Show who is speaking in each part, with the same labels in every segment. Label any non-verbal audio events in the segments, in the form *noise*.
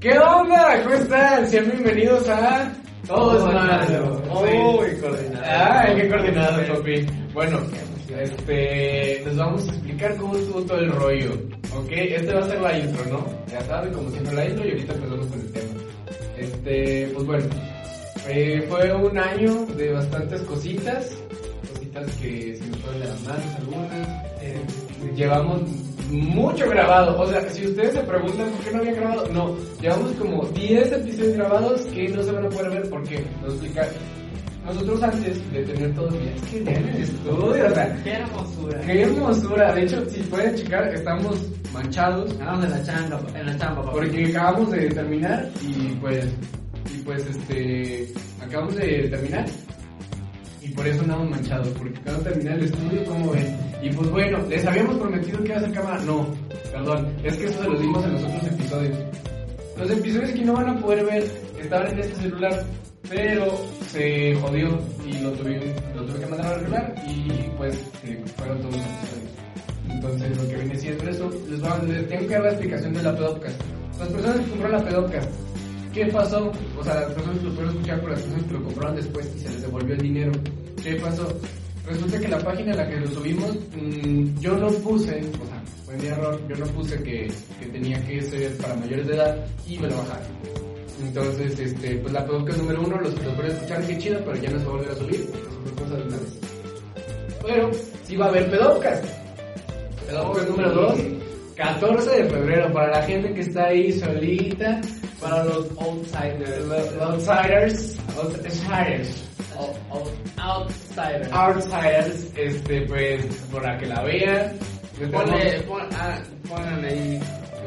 Speaker 1: ¿Qué onda? ¿Cómo están? Sean bienvenidos a Todo es
Speaker 2: Todo es
Speaker 1: Malo. Oh,
Speaker 2: Malo.
Speaker 1: Uy,
Speaker 2: Sí.
Speaker 1: coordinado.
Speaker 2: Ah,
Speaker 1: Ay, qué
Speaker 2: sí.
Speaker 1: coordinado, papi. Bueno, este, les vamos a explicar cómo estuvo todo el rollo, ¿ok? Este va a ser la intro, ¿no? Ya saben, como siempre la intro y ahorita empezamos con el tema. Este, pues bueno, eh, fue un año de bastantes cositas, cositas que se nos fueron de las manos algunas. Eh, llevamos mucho grabado. O sea, si ustedes se preguntan por qué no había grabado, no. Llevamos como 10 episodios grabados que no se van a poder ver porque nos explica. Nosotros antes de tener todo el día, es que vean el estudio, o sea,
Speaker 2: Qué hermosura.
Speaker 1: qué hermosura. De hecho, si pueden checar, estamos manchados
Speaker 2: Ganamos en la chamba, en la chamba, papá.
Speaker 1: porque acabamos de terminar y pues, y pues este, acabamos de terminar y por eso andamos manchados, porque acabamos de terminar el estudio, como ven? Y pues bueno, les habíamos prometido que iba a hacer cámara, no, perdón, es que eso se los dimos en los otros episodios. Los episodios que no van a poder ver estaban en este celular, pero se jodió y lo tuve, lo tuve que mandar a arreglar y pues se fueron todos los episodios. Entonces lo que viene siendo eso, les, voy a- les tengo que dar la explicación de la pedopcast. Las personas que compraron la pedopcast, ¿qué pasó? O sea, las personas que lo pudieron escuchar por las personas que lo compraron después y se les devolvió el dinero. ¿Qué pasó? Resulta que la página a la que lo subimos, mm, yo no puse, o sea, fue mi error, yo no puse que, que tenía que ser para mayores de edad y me lo bajaron. Entonces, este, pues la podcast número uno, los que lo pueden escuchar, qué chido, pero ya no se va a volver a subir, eso fue cosa de una vez. Pero, sí va a haber pedopcast. Pedopcast número dos, 14 de febrero, para la gente que está ahí solita,
Speaker 2: Para los outsiders.
Speaker 1: los outsiders, outsiders,
Speaker 2: Out- out- outsiders.
Speaker 1: outsiders, este, pues, para que la vean. Les
Speaker 2: Ponle,
Speaker 1: tenemos
Speaker 2: pon, ah, pongan ahí.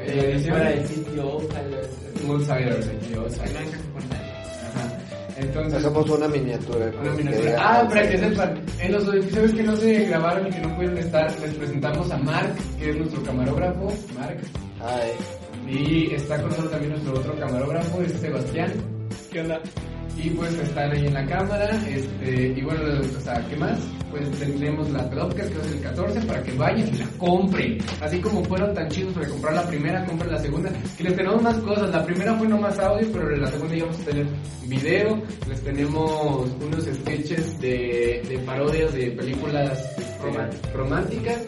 Speaker 1: Eh,
Speaker 2: Eh,
Speaker 1: sí,
Speaker 2: fuera
Speaker 1: sí.
Speaker 2: el sitio outsiders.
Speaker 1: Outsiders aquí,
Speaker 2: Ay, no
Speaker 1: outsiders.
Speaker 2: hay que poner.
Speaker 1: Ajá. Entonces,
Speaker 3: Hacemos una miniatura.
Speaker 1: Una
Speaker 3: como
Speaker 1: miniatura.
Speaker 3: que-
Speaker 1: Ah, para que sepan, en los episodios que no se grabaron y que no pudieron estar, les presentamos a Mark, que es nuestro camarógrafo, Mark.
Speaker 3: Ay,
Speaker 1: Y está con nosotros también nuestro otro camarógrafo, es Sebastián. ¿Qué onda? Y pues están ahí en la cámara, este, y bueno, o sea, ¿qué más? Pues tendremos la podcast que es el 14 para que vayan y la compren. Así como fueron tan chidos para comprar la primera, compren la segunda. Que les tenemos más cosas, la primera fue nomás audio, pero en la segunda ya vamos a tener video, les tenemos unos sketches de, de parodias de películas este,
Speaker 2: Románticas.
Speaker 1: románticas.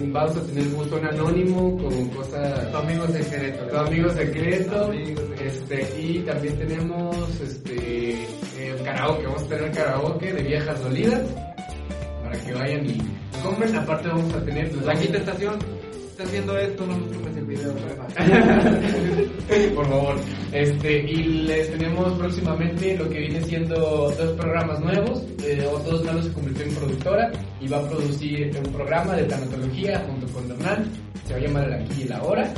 Speaker 1: Vamos a tener un botón anónimo con cosas...
Speaker 2: Amigos de Querétaro.
Speaker 1: Tu amigo secreto.
Speaker 2: Amigo secreto.
Speaker 1: Este, y también tenemos este el karaoke. Vamos a tener karaoke de viejas dolidas. Para que vayan y compren. Aparte vamos a tener.
Speaker 2: La quinta estación. Estás viendo esto, no nos subes el video,
Speaker 1: Por favor. Este, y les tenemos próximamente lo que viene siendo dos programas nuevos. Eh, Dos Malos se convirtió en productora y va a producir un programa de tanatología junto con Hernán. Se va a llamar El Aquí y el Ahora.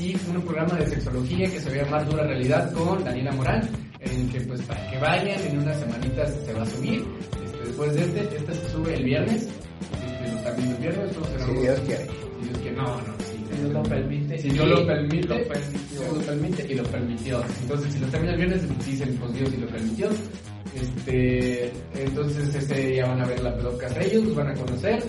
Speaker 1: Y un programa de sexología que se va a llamar Dura Realidad con Daniela Morán. En que, pues, para que vayan, en unas semanitas se va a subir. Este, después de este, este se sube el viernes. Este, lo están viendo el viernes. esto será
Speaker 3: si
Speaker 1: un-
Speaker 3: Dios quiere.
Speaker 1: si Dios quiere. No, no, sí.
Speaker 2: Si Dios lo permite.
Speaker 1: Si Dios lo permite.
Speaker 2: Lo permitió.
Speaker 1: Dios lo permite y lo permitió. Entonces, si lo termina el viernes, dicen, pues Dios y lo permitió. Este, entonces ese día van a ver la pedocas ellos, los van a conocer.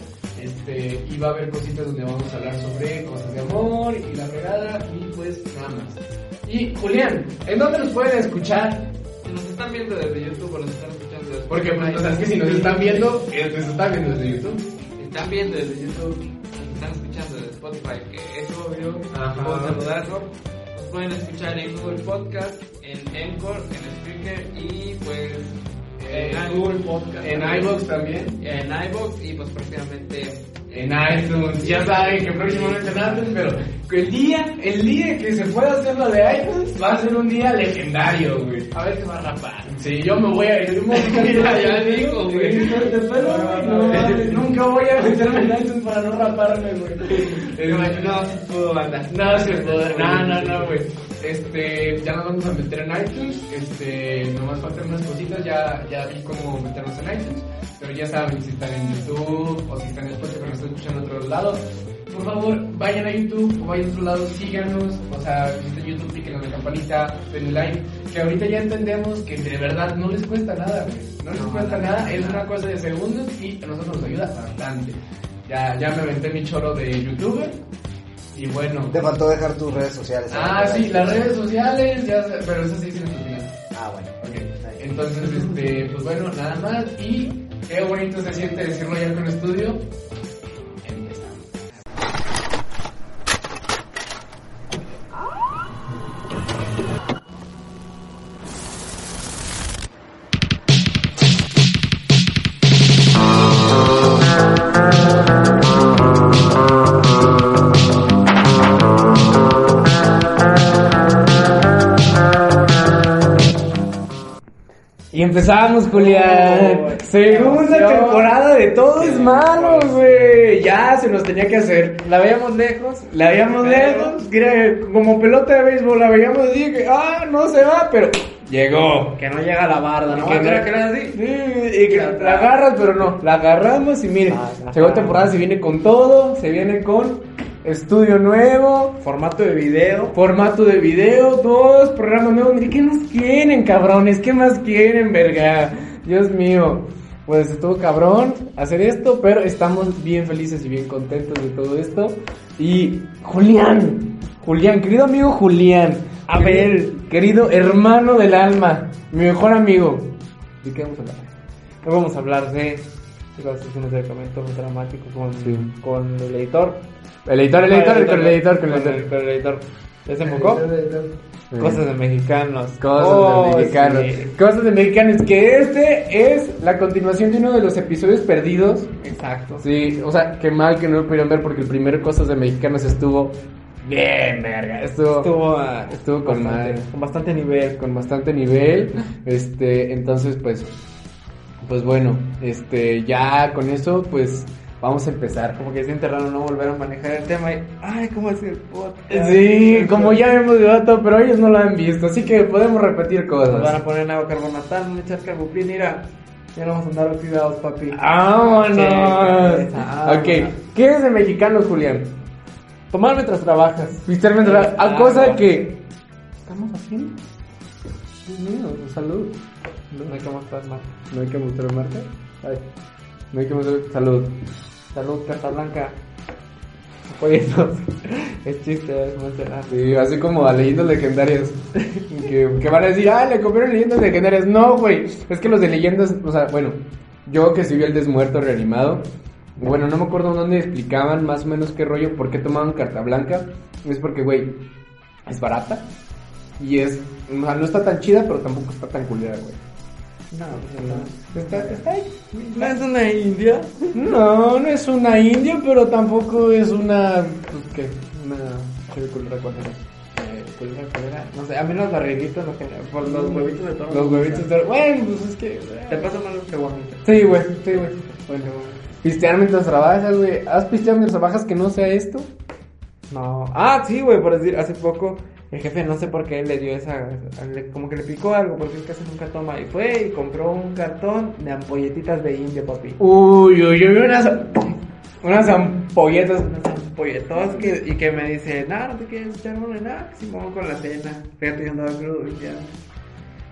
Speaker 1: Este, y va a haber cositas donde vamos a hablar sobre cosas de amor y la regada y pues nada más. Y Julián, ¿en dónde nos pueden escuchar?
Speaker 2: Si nos están viendo desde YouTube o nos están escuchando desde
Speaker 1: Porque pues,
Speaker 2: Spotify,
Speaker 1: o sea, es que si nos están viendo, eh, nos están viendo desde YouTube.
Speaker 2: si están viendo desde YouTube, nos están escuchando desde Spotify, que es obvio,
Speaker 1: Ajá.
Speaker 2: puedo saludarlo. Nos pueden escuchar en Google Podcast, en Encore, en Spreaker y pues
Speaker 1: En
Speaker 2: i-
Speaker 1: Google Podcast. En iVoox también.
Speaker 2: en iVoox y pues prácticamente
Speaker 1: En iTunes, ya saben que próximamente en iTunes, pero
Speaker 4: El día, el día que se pueda hacer lo de iTunes va a ser un día legendario, güey.
Speaker 2: A ver, se va a rapar.
Speaker 4: Sí, yo me voy a ir un momento
Speaker 2: *laughs* Ya, ya dijo, güey.
Speaker 4: No, mames, nunca voy a meterme en iTunes para no raparme, güey.
Speaker 2: No,
Speaker 4: Eh,
Speaker 2: no se pudo, banda.
Speaker 4: No se puede. No, no, no, güey. Este, ya nos vamos a meter en iTunes. Este, nomás faltan unas cositas. Ya, ya vi cómo meternos en iTunes. Pero ya saben, si están en YouTube o si están en Spotify, nos están escuchando en otros lados. Por favor, vayan a YouTube o vayan a otros lados, síganos. O sea, visiten YouTube, piquen la campanita, denle like. Que ahorita ya entendemos que de verdad no les cuesta nada, güey. No les
Speaker 2: No,
Speaker 4: cuesta
Speaker 2: no,
Speaker 4: nada, es
Speaker 2: no.
Speaker 4: una cosa de segundos y a nosotros nos ayuda bastante. Ya, ya me aventé mi choro de youtuber. Y bueno,
Speaker 3: Te faltó dejar tus redes sociales.
Speaker 4: Ah, sí, las redes sociales, ya, sé, pero eso sí se nos olvida.
Speaker 3: Ah, bueno.
Speaker 4: Ok. Entonces, este, pues bueno, nada más. Y qué bonito se siente decirlo ya con estudio. Empezamos.
Speaker 1: Y empezamos, Julián.
Speaker 4: Oh,
Speaker 1: Segunda
Speaker 4: emoción.
Speaker 1: temporada de Todo es Malo, güey. Ya se nos tenía que hacer.
Speaker 4: La veíamos lejos.
Speaker 1: La veíamos lejos, que como pelota de béisbol, la veíamos así, que ah, no se va, pero llegó.
Speaker 2: Que no llega la barda,
Speaker 1: Que no-
Speaker 2: era así.
Speaker 1: Sí, y que la agarras, pero no, la agarramos y miren,
Speaker 3: Ah, la
Speaker 1: segunda
Speaker 3: agarramos.
Speaker 1: temporada se viene con todo, se viene con estudio nuevo,
Speaker 3: Formato de video.
Speaker 1: formato de video, dos programas nuevos. Mire, ¿qué más quieren, cabrones? ¿Qué más quieren, verga? Dios mío. Pues estuvo cabrón hacer esto, pero estamos bien felices y bien contentos de todo esto. Y Julián, Julián, querido amigo Julián, a ver, querido hermano del alma, mi mejor amigo. ¿De qué vamos a hablar? No vamos a hablar de chicos, unos documentos dramáticos con, con el editor. El editor, el editor, con el editor, con el editor.
Speaker 2: Con el editor.
Speaker 1: ¿Ya se enfocó?
Speaker 2: Cosas de mexicanos.
Speaker 1: Cosas
Speaker 2: Oh,
Speaker 1: de mexicanos.
Speaker 2: sí.
Speaker 1: Cosas de mexicanos. Que este es la continuación de uno de los episodios perdidos.
Speaker 2: Exacto.
Speaker 1: Sí, o sea, qué mal que no lo pudieron ver porque el primer Cosas de mexicanos estuvo bien, verga. Estuvo,
Speaker 2: Estuvo, ah,
Speaker 1: estuvo con
Speaker 2: bastante-
Speaker 1: madre.
Speaker 2: con bastante nivel.
Speaker 1: con bastante nivel. Este, entonces, pues, pues bueno, este, ya con eso, pues, vamos a empezar.
Speaker 2: Como que se enterraron, no volvieron a manejar el tema y. ¡Ay, cómo es el podcast!
Speaker 1: Sí, como ya hemos llevado todo, pero ellos no lo han visto, así que podemos repetir
Speaker 2: Nos van
Speaker 1: cosas.
Speaker 2: a poner en agua carbonatal, van a echar carboplín, mira. Ya no vamos a andar oxidados, papi.
Speaker 1: ¡Vámonos!
Speaker 2: Sí, Ah, vámonos.
Speaker 1: Ok, ¿qué es de mexicano, Julián?
Speaker 2: Tomar mientras trabajas.
Speaker 1: Mister Mendoza, Eh, a
Speaker 2: Ah,
Speaker 1: cosa
Speaker 2: no.
Speaker 1: que... ¿Estamos haciendo? Dios mío, salud.
Speaker 2: No hay cómo estar mal.
Speaker 1: No hay que mostrar marca. Ay, No hay que mostrar... Salud.
Speaker 2: Salud, Casablanca.
Speaker 1: Oye, entonces...
Speaker 2: *laughs* Es chiste, es Montserrat.
Speaker 1: Sí, así como a leyendas legendarias. *laughs* Que, que van a decir, ah, le compraron leyendas legendarias. No, güey. Es que los de leyendas, o sea, bueno, yo que sí vi el desmuerto reanimado. Bueno, no me acuerdo dónde explicaban más o menos qué rollo, por qué tomaban carta blanca. Es porque, güey, es barata. Y es, o sea, no está tan chida, pero tampoco está tan culera, güey.
Speaker 2: No,
Speaker 1: Está, está ahí.
Speaker 2: ¿No es una india?
Speaker 1: No, no es una india, pero tampoco es una. Pues, ¿Qué? Una. ¿Qué culera cuál era?
Speaker 2: Eh, culera, culera. No sé, a mí los barriguitos, lo que- por los huevitos de toro.
Speaker 1: Los huevitos de. Bueno, pues es que.
Speaker 2: Te paso mal los huevitos.
Speaker 1: Sí, güey, sí, güey.
Speaker 2: Bueno,
Speaker 1: Pistear mientras trabajas, güey. ¿Has pisteado mientras trabajas que no sea esto?
Speaker 2: no. Ah, sí, güey, por decir, hace poco el jefe no sé por qué le dio esa. le- como que le picó algo, porque él casi nunca toma. Y fue y compró un cartón de ampolletitas de indio, papi.
Speaker 1: Uy, uy, yo vi unas. Unas ampolletas.
Speaker 2: Unas ampolletotas que, y que me dice, nada, no te quieres echar una, nada, que si me voy con la cena. Fíjate, yo andaba crudo y ya.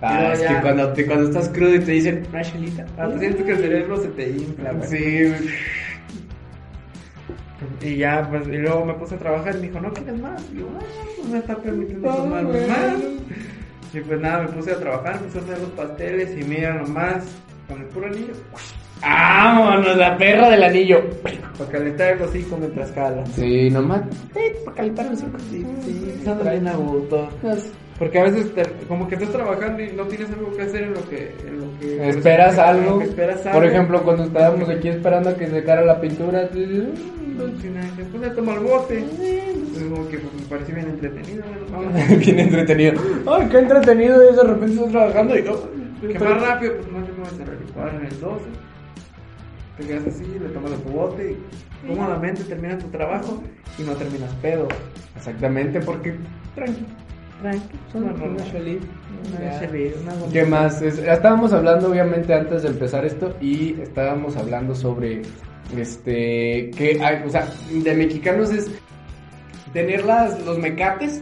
Speaker 1: Ah, es que cuando, te- cuando estás crudo y te dicen.
Speaker 2: Una chelita. Ah, tú sientes que el cerebro se te infla, güey.
Speaker 1: Sí, güey.
Speaker 2: Y ya, pues, y luego me puse a trabajar y me dijo, ¿no quieres más? Y yo, ah, pues me está permitiendo
Speaker 1: No,
Speaker 2: tomar
Speaker 1: güey.
Speaker 2: más. Y pues nada, me puse a trabajar, empecé a hacer los pasteles y mira nomás, con el puro anillo,
Speaker 1: ¡Vámonos, la perra del anillo!
Speaker 2: para calentar el hocico mientras jala.
Speaker 1: Sí, nomás.
Speaker 2: Para calentar el hocico. Sí, sí, estando bien a gusto. Porque a veces te- como que estás trabajando y no tienes algo que hacer en lo que... En lo que
Speaker 1: Esperas
Speaker 2: en lo
Speaker 1: algo.
Speaker 2: que esperas
Speaker 1: Por
Speaker 2: algo.
Speaker 1: ejemplo, cuando estábamos aquí esperando a que secara la pintura. tú dices, "Mm,
Speaker 2: minutos, sin nada que después le tomo el bote. Entonces, como que pues, me pareció bien entretenido, bueno, vamos a-
Speaker 1: "Mm, *laughs* Bien entretenido. Ay, qué entretenido es. De repente estás trabajando y. oh,
Speaker 2: Que
Speaker 1: pero-
Speaker 2: más rápido, pues más le mueves a licuadora en el 12. Te quedas así, le tomas el bote y cómodamente terminas tu trabajo y no terminas pedo.
Speaker 1: Exactamente, porque. Tranquilo.
Speaker 2: Tranqui,
Speaker 1: Una
Speaker 2: una
Speaker 1: ronda.
Speaker 2: chelita,
Speaker 1: Ya.
Speaker 2: una chelita, una bomba.
Speaker 1: ¿Qué más? Es- estábamos hablando, obviamente, antes de empezar esto, y estábamos hablando sobre este que hay, o sea, de mexicanos es tener las, los mecates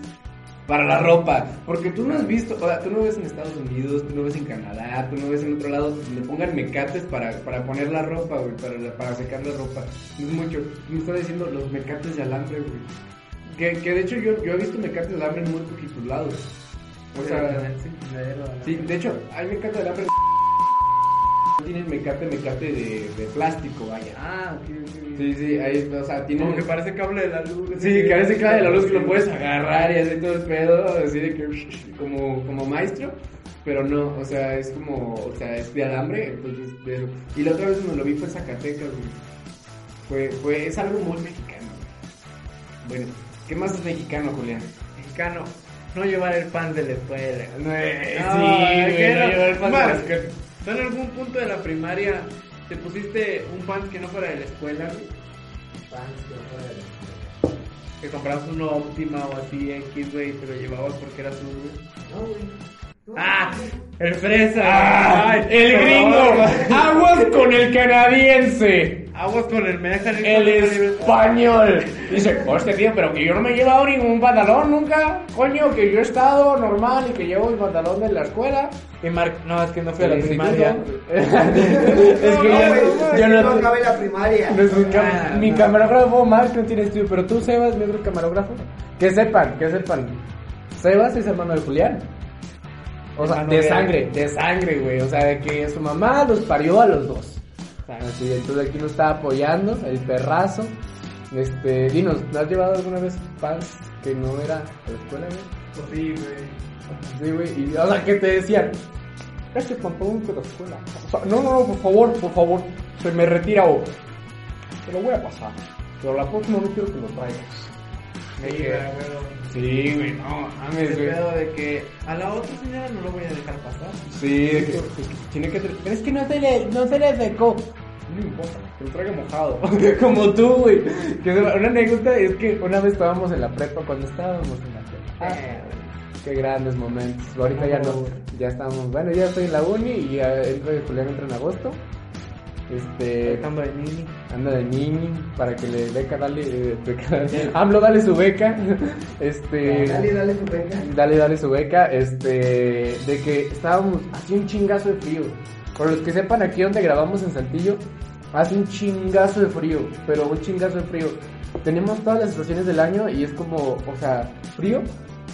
Speaker 1: para la ropa. Porque tú no has visto, o sea, tú no ves en Estados Unidos, tú no ves en Canadá, tú no ves en otro lado, le pongan mecates para, para poner la ropa, güey, para, la- para secar la ropa. No es mucho. Me está diciendo los mecates de alambre, güey. Que, que de hecho yo, yo he visto mecates de alambre en muy poquitos lados. O sea,
Speaker 2: Sí, claro.
Speaker 1: Sí, de hecho, hay mecate de alambre. Tienen mecate, mecate de, de plástico, vaya.
Speaker 2: Ah, ok, ok.
Speaker 1: Sí, sí, ahí, o sea, tienen...
Speaker 2: Como que parece cable de la luz.
Speaker 1: Sí, que a veces clave la luz que lo puedes agarrar y hacer todo el pedo, así de que como, como maestro, pero no, o sea, es como, o sea, es de alambre, entonces, de eso. Y la otra vez cuando lo vi fue en Zacatecas, güey. Fue, fue, es algo muy mexicano, güey. Bueno, ¿qué más es mexicano, Julián?
Speaker 2: Mexicano, no llevar el pan de la escuela.
Speaker 1: No,
Speaker 2: Eh, güey, no llevo el pan de la
Speaker 1: escuela.
Speaker 2: ¿Tú en algún punto de la primaria te pusiste un pan que no fuera de la escuela? güey? Que comprabas uno óptima o así X, güey, y te lo llevabas porque era azul, güey. ¡Ah! ¡El fresa!
Speaker 1: ¡Ah!
Speaker 2: Ay,
Speaker 1: ¡El
Speaker 2: por
Speaker 1: gringo!
Speaker 2: *laughs* favor.
Speaker 1: ¡Aguas con el canadiense!
Speaker 2: Aguas con el me dejan
Speaker 1: ¡El español! Dice, hostia tío, pero que yo no me he llevado ningún pantalón nunca. Coño, que yo he estado normal y que llevo el pantalón de la escuela.
Speaker 2: Y Mark, no, es que no fui a
Speaker 1: El
Speaker 2: la
Speaker 1: instituto.
Speaker 2: primaria.
Speaker 1: *laughs* es que
Speaker 2: no,
Speaker 1: ya-
Speaker 2: güey,
Speaker 1: ya no...
Speaker 3: acabé la primaria.
Speaker 1: nuestro cam-
Speaker 2: Ah,
Speaker 1: mi
Speaker 2: no.
Speaker 1: camarógrafo Mark no tiene estudio, pero tú, Sebas, mi otro camarógrafo. Que sepan, que sepan. Sebas es hermano de Julián. O sea,
Speaker 2: Hermano
Speaker 1: de
Speaker 2: de-
Speaker 1: sangre, de sangre, güey. O sea, de que su mamá los parió a los dos.
Speaker 2: Exacto.
Speaker 1: Así, entonces aquí nos está apoyando, el perrazo. Este, dinos, ¿te has llevado alguna vez paz que no era a la escuela, güey?
Speaker 4: Pues sí, güey.
Speaker 1: Sí, güey, y, o sea, que te decían, este pantalón que la escuela. O sea, no, no, no, por favor, por favor, se me retira o te lo voy a pasar, pero la próxima no quiero que lo traigas.
Speaker 2: Sí,
Speaker 1: Dije,
Speaker 2: güey, güey.
Speaker 1: Sí, güey, no, mames,
Speaker 2: El
Speaker 1: güey.
Speaker 2: pedo de que a la otra señora no lo voy a dejar pasar.
Speaker 1: Sí, es que, es que tiene que. tra- Pero es que no se le, no se le secó. No me importa, que lo traiga mojado. *laughs* Como tú, güey. Que se- Una anécdota es que una vez estábamos en la prepa, cuando estábamos en la prepa.
Speaker 2: Eh,
Speaker 1: Ah, qué grandes momentos. Ahorita ya no, ya estamos. Bueno, ya estoy en la uni y ya entro de Julián entra en agosto. Este.
Speaker 2: Tratando de Nini.
Speaker 1: Anda de niño para que le beca, dale. eh, beca- AMLO, dale *laughs* su beca. *laughs* Este.
Speaker 3: Dale, dale tu beca.
Speaker 1: Dale, dale su beca, este, de que estábamos, hacía un chingazo de frío. Por los que sepan, aquí donde grabamos en Saltillo, hace un chingazo de frío, pero un chingazo de frío. Tenemos todas las estaciones del año y es como, o sea, frío.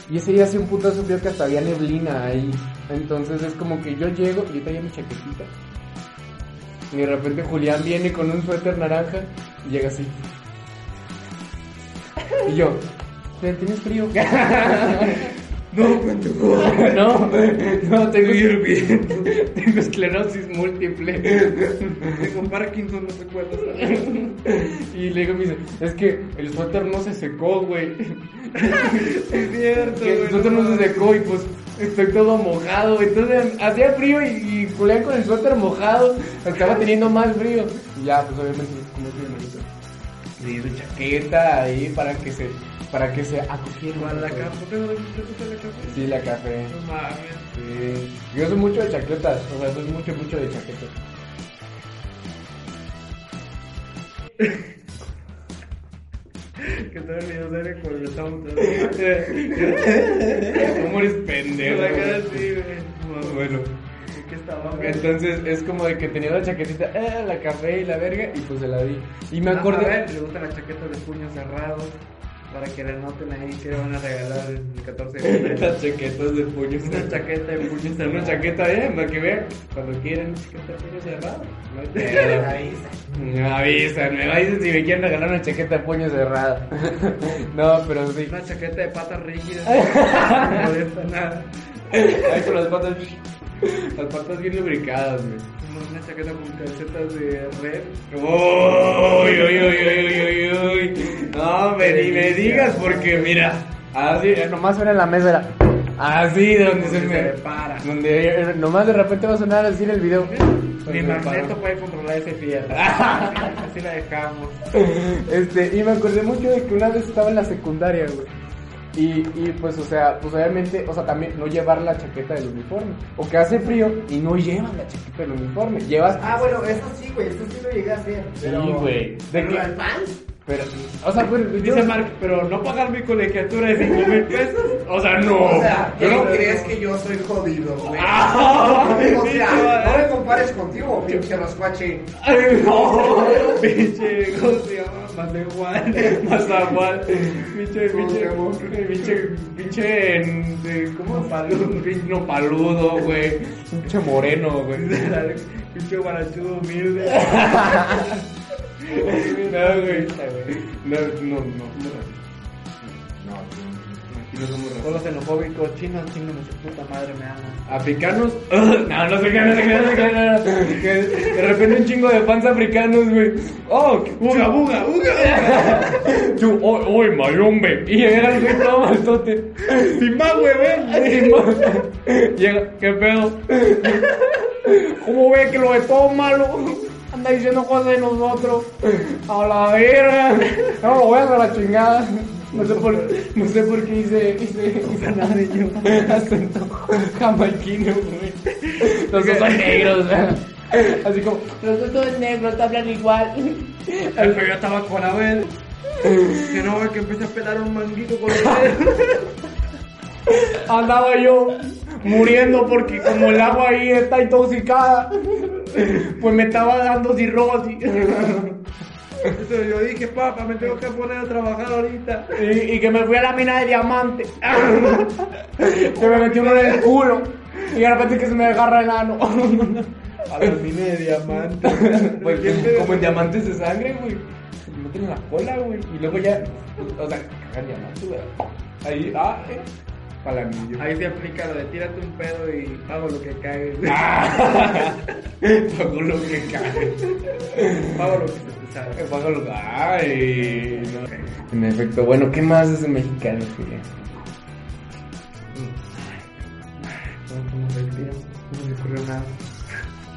Speaker 1: Y ese día hace un putazo de frío que hasta había neblina ahí. Entonces es como que yo llego y yo traía mi chaquetita. Y de repente Julián viene con un suéter naranja y llega así. Y yo, "Te- ¿tienes frío?
Speaker 2: No, pendejo.
Speaker 1: *laughs* No, no, tengo,
Speaker 2: Estoy hirviendo.
Speaker 1: tengo esclerosis múltiple.
Speaker 2: Tengo Parkinson, no sé cuántos.
Speaker 1: Y le digo, me dice, es que el suéter no se secó, güey.
Speaker 2: Es cierto,
Speaker 1: Que El suéter no se secó y pues estoy todo mojado. Entonces hacía frío y, y Julián con el suéter mojado estaba teniendo más frío. Y ya, pues obviamente, como es mi hermanito, le di su chaqueta ahí para que se, para que se acogiera.
Speaker 2: Igual la capa. ¿Por qué no le gusta la capa?
Speaker 1: Sí, la café.
Speaker 2: Pues, No mames.
Speaker 1: Sí. Yo soy mucho de chaquetas, o sea, soy mucho, mucho de chaquetas.
Speaker 2: Que todo el video sale cuando lo
Speaker 4: *laughs*
Speaker 2: estamos *laughs*
Speaker 1: ¿Cómo eres
Speaker 2: Se
Speaker 1: pendejo?
Speaker 2: la cara así, güey. No mames.
Speaker 1: Bueno,
Speaker 2: ¿De qué estaba?
Speaker 1: entonces es como de que tenía la chaquetita, eh, la café y la verga, y pues se la di. Y me
Speaker 2: Ah, A
Speaker 1: acordé.
Speaker 2: ver, le gustan las chaquetas de puño cerrado. Para que le anoten ahí que le van a regalar el
Speaker 1: *laughs*
Speaker 2: 14 de febrero.
Speaker 1: Estas chaquetas de puño
Speaker 2: Una chaqueta de puño cerrado.
Speaker 1: Una chaqueta, eh, para que vean. Cuando quieran, chaqueta de puño cerrado. No hay pedo. Me avisan, me avisan si me quieren regalar una chaqueta de puño cerrado. *laughs* No, pero sí.
Speaker 2: Una chaqueta de patas rígidas. No molesta nada.
Speaker 1: *laughs* Ay, con las patas. Las patas bien lubricadas, güey.
Speaker 4: como una chaqueta con calcetas de red.
Speaker 1: Uy, uy, uy, uy, uy, uy, uy. No, me, ni me digas porque mira, así, eh, nomás suena en la mesa, era así de donde se me
Speaker 4: para.
Speaker 1: Donde eh, nomás de repente va a sonar así en el video.
Speaker 4: Mi magneto puede controlar ese
Speaker 2: *laughs*
Speaker 4: fiel. Así la dejamos.
Speaker 1: *laughs* Este, y me acordé mucho de que una vez estaba en la secundaria, güey. Y, y pues, o sea, pues obviamente, o sea, también no llevar la chaqueta del uniforme. O que hace frío y no llevas la chaqueta del uniforme. Llevas.
Speaker 3: Ah, bueno, eso sí, güey, eso sí lo llegué a hacer.
Speaker 1: Sí, güey. ¿De
Speaker 3: ¿Pero
Speaker 1: qué?
Speaker 3: las pants?
Speaker 1: Pero, o sea, pues, yo-
Speaker 4: Dice Mark, pero no pagar mi colegiatura de 5 mil pesos.
Speaker 1: O sea,
Speaker 4: Oh.
Speaker 1: no.
Speaker 3: O sea,
Speaker 1: Yo
Speaker 3: ¿tú
Speaker 1: no-
Speaker 3: crees que yo soy jodido, güey?
Speaker 4: *laughs*
Speaker 1: Ah,
Speaker 3: *laughs* o sea, no me compares contigo, pinche rascuache.
Speaker 1: Ay, no.
Speaker 4: Pinche, ¿cómo se llama? Mazaguán. Mazaguán. Pinche, pinche, pinche, pinche, en- de- ¿cómo? Paludo.
Speaker 1: Pinche no paludo, güey. Pinche moreno, güey.
Speaker 4: Pinche guarachudo humilde.
Speaker 1: No, güey. No, no, no. Aquí no somos racistas.
Speaker 2: Todos los xenofóbicos, chinos, chinos, su puta madre me ama.
Speaker 1: ¿Africanos? *laughs* No, no sé qué, no sé qué, no sé qué, no, no. Que De repente un chingo de fans africanos, güey. ¡Oh! ¡Uga, uga, uga! *laughs* Tú, ¡Uy, oh, uy, mayombe! Y llega el güey todo maltote.
Speaker 4: Zimbabue, ven.
Speaker 1: Llega, ¿qué pedo? ¿Cómo ve que lo de todo malo? Anda diciendo cosas de nosotros. A la verga. No lo voy a hacer la chingada. No sé por, no sé por qué hice, hice, hice nada de yo. Acento jamaiquino, güey. Nosotros son negros, ¿verdad? Así como, nosotros son negros, hablan igual.
Speaker 4: Pero yo estaba con Abel. Que no, que empecé a pelar un manguito con él.
Speaker 1: andaba yo muriendo porque como el agua ahí está intoxicada, pues me estaba dando cirrosis.
Speaker 4: Entonces yo dije, papá, me tengo que poner a trabajar ahorita.
Speaker 1: Y, y que me fui a la mina de diamante. *laughs* Que me metí uno en el culo. Y de repente que se me agarra el ano.
Speaker 4: A la mina de diamante.
Speaker 1: en diamantes de sangre, güey. Se me meten en la cola, güey. Y luego ya, o sea, cagan diamantes, güey. Ahí, ah, eh. Para el anillo. *laughs*
Speaker 4: Ahí se aplica lo de tírate un pedo y pago lo que cagues.
Speaker 1: Pagó lo que cae.
Speaker 4: Pago lo que se te
Speaker 2: *laughs*
Speaker 4: sabe.
Speaker 1: Pago lo que. Ay, En efecto, bueno, ¿qué más es el mexicano, Julián?
Speaker 3: No me ocurrió nada.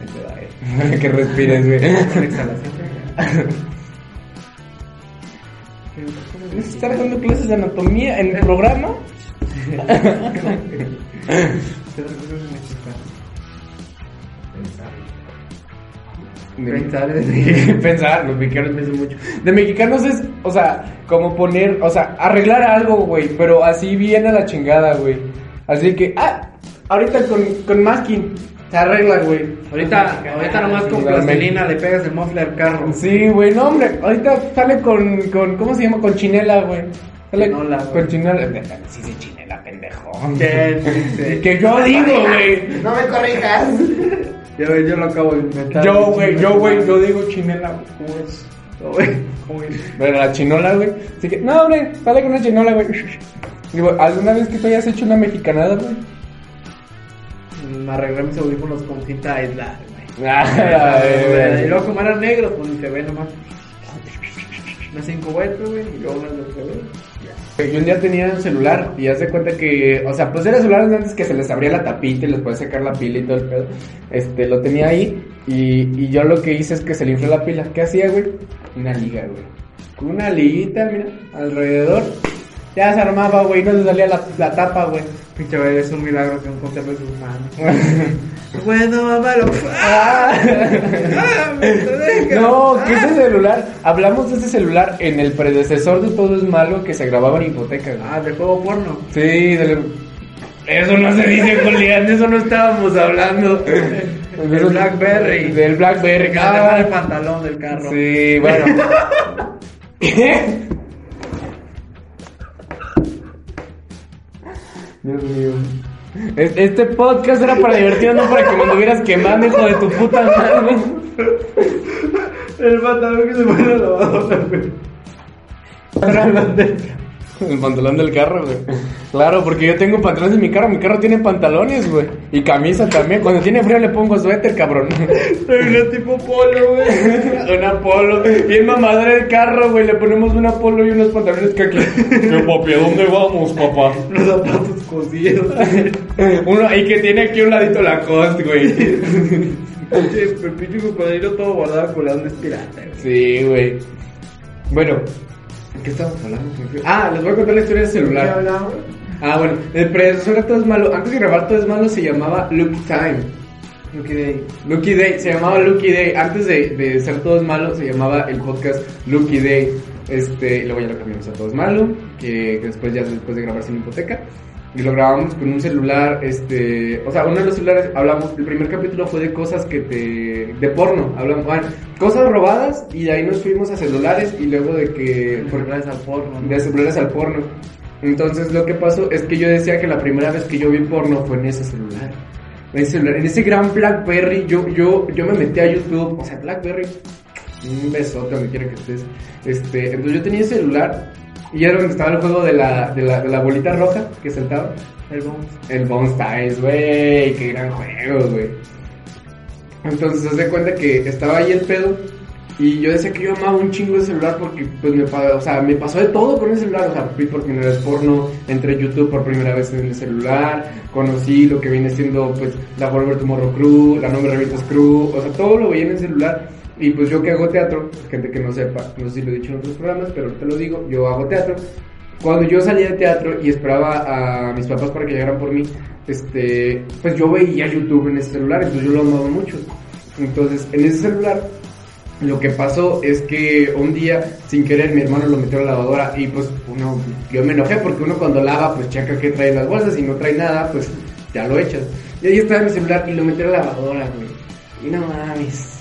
Speaker 1: Ahí te va, eh. que respires, güey. ¿Estás dando clases de anatomía en el programa?
Speaker 3: Pensar es
Speaker 1: *laughs* Pensar, los mexicanos piensan mucho. De mexicanos es, o sea, como poner, o sea, arreglar algo, güey, pero así bien a la chingada, güey. Así que, ah, ahorita con, con masking se arregla, güey.
Speaker 4: Ahorita, ahorita nomás con
Speaker 1: Dame.
Speaker 4: plastilina le pegas el mofle al carro.
Speaker 1: Sí, güey, no, hombre, ahorita sale con, con ¿cómo se llama? Con chinela, güey. Sale
Speaker 4: Chinola, güey.
Speaker 1: con chinela. Sí, sí, chinela, pendejo.
Speaker 4: ¿Qué dice?
Speaker 1: Que yo digo, güey.
Speaker 3: No me corrijas.
Speaker 4: Ya ves, *laughs* yo lo acabo de inventar.
Speaker 1: Yo, güey, yo, güey, yo digo chinela, güey. ¿Cómo es?
Speaker 4: Yo, güey, ¿cómo es?
Speaker 1: Pero la chinola, güey. Así que, no, hombre, sale con una chinola, güey. Digo, ¿alguna vez que tú hayas hecho una mexicanada, güey?
Speaker 4: Mm, Arreglé mis audífonos con cinta aislada, güey.
Speaker 1: *laughs*
Speaker 2: Eh,
Speaker 1: Ay,
Speaker 4: Y luego como eran negros, pues ni se ve nomás. Unas cinco vueltas, güey, y yo unas de otro,
Speaker 1: güey. Yo un día tenía un celular y hace cuenta que, o sea, pues eran celulares de antes que se les abría la tapita y les podía sacar la pila y todo el pedo. Este, lo tenía ahí y, y yo lo que hice es que se le infló la pila. ¿Qué hacía, güey? Una liga, güey. Con una liguita, mira, alrededor. Ya se armaba, güey, no le salía la, la tapa, güey.
Speaker 4: Pinche, güey, es un milagro que un conserve sus manos.
Speaker 1: *laughs*
Speaker 4: Bueno, amalo.
Speaker 1: Ah. No, que ese celular, hablamos de ese celular en el predecesor de Todo es Malo que se grababa en hipoteca. güey.
Speaker 4: Ah, de juego porno.
Speaker 1: Sí, del- eso no se dice, Julián, de eso no
Speaker 4: *laughs*
Speaker 1: estábamos hablando.
Speaker 4: Del Blackberry.
Speaker 1: Del Blackberry,
Speaker 4: Cada el
Speaker 1: ah,
Speaker 4: pantalón del carro.
Speaker 1: Sí, bueno. ¿Qué? Dios mío. Es- Este podcast era para divertirnos, no para que me anduvieras quemando, hijo de tu puta madre.
Speaker 4: El pantalón que se pone en la lavadora, güey.
Speaker 1: *laughs* El pantalón del carro, güey. Claro, porque yo tengo pantalones en mi carro, mi carro tiene pantalones, güey. Y camisa también. Cuando tiene frío le pongo suéter,
Speaker 2: *laughs*
Speaker 1: cabrón.
Speaker 2: Soy una tipo polo,
Speaker 1: *laughs*
Speaker 2: güey.
Speaker 1: una polo. Y el mamadre del carro, güey, le ponemos una polo y unos pantalones que
Speaker 2: *laughs*
Speaker 1: aquí. ¿Qué papi? ¿A dónde vamos, papá?
Speaker 2: Los zapatos cosidos.
Speaker 1: *laughs* Uno, y que tiene aquí un ladito la cost, güey.
Speaker 2: Pinche Pepito y cocodrilo todo guardado colado es pirata, güey.
Speaker 1: Sí, güey. Bueno,
Speaker 2: ¿Qué estamos hablando?
Speaker 1: ah, les voy a contar la historia del
Speaker 2: ¿Qué
Speaker 1: celular.
Speaker 2: hablamos?
Speaker 1: Ah, bueno, el predecesor a todo es malo. Antes de grabar todo es malo se llamaba Lucky Time.
Speaker 2: Lucky Day.
Speaker 1: Lucky Day, se llamaba Lucky Day. Antes de, de ser todo es malo, se llamaba el podcast Lucky Day. Este, y luego ya lo cambiamos a todo es malo, que, que después ya después de grabar sin hipoteca. Y lo grabamos con un celular, este, o sea, uno de los celulares hablamos, el primer capítulo fue de cosas que te, de porno, hablamos, bueno, cosas robadas y de ahí nos fuimos a celulares y luego de que, por-
Speaker 2: Gracias al porno. ¿no?
Speaker 1: de celulares al porno. Entonces lo que pasó es que yo decía que la primera vez que yo vi porno fue en ese celular. En ese, celular, en ese gran Blackberry, yo, yo, yo me metí a YouTube, o sea, Blackberry, un besote donde quiera que estés. Este, entonces yo tenía ese celular y era donde estaba el juego de la, de la, de la bolita roja que saltaba.
Speaker 2: El bones.
Speaker 1: El Bone Styles, güey, qué gran juego, güey. Entonces, se cuenta que estaba ahí el pedo y yo decía que yo amaba un chingo el celular porque, pues, me, pa- o sea, me pasó de todo con el celular. O sea, fui por primera vez porno, entré a YouTube por primera vez en el celular, conocí lo que viene siendo, pues, la Volver Tomorrow Crew, la No Me Revientas Crew, o sea, todo lo veía en el celular. Y pues yo que hago teatro, gente que no sepa, no sé si lo he dicho en otros programas, pero te lo digo, yo hago teatro cuando yo salía de teatro y esperaba a mis papás para que llegaran por mí, este, pues yo veía YouTube en ese celular, entonces yo lo amaba mucho. Entonces, en ese celular, lo que pasó es que un día, sin querer, mi hermano lo metió a la lavadora y pues uno, yo me enojé porque uno cuando lava, pues checa que trae las bolsas y no trae nada, pues ya lo echas. Y ahí estaba mi celular y lo metió a la lavadora, güey. Y no mames.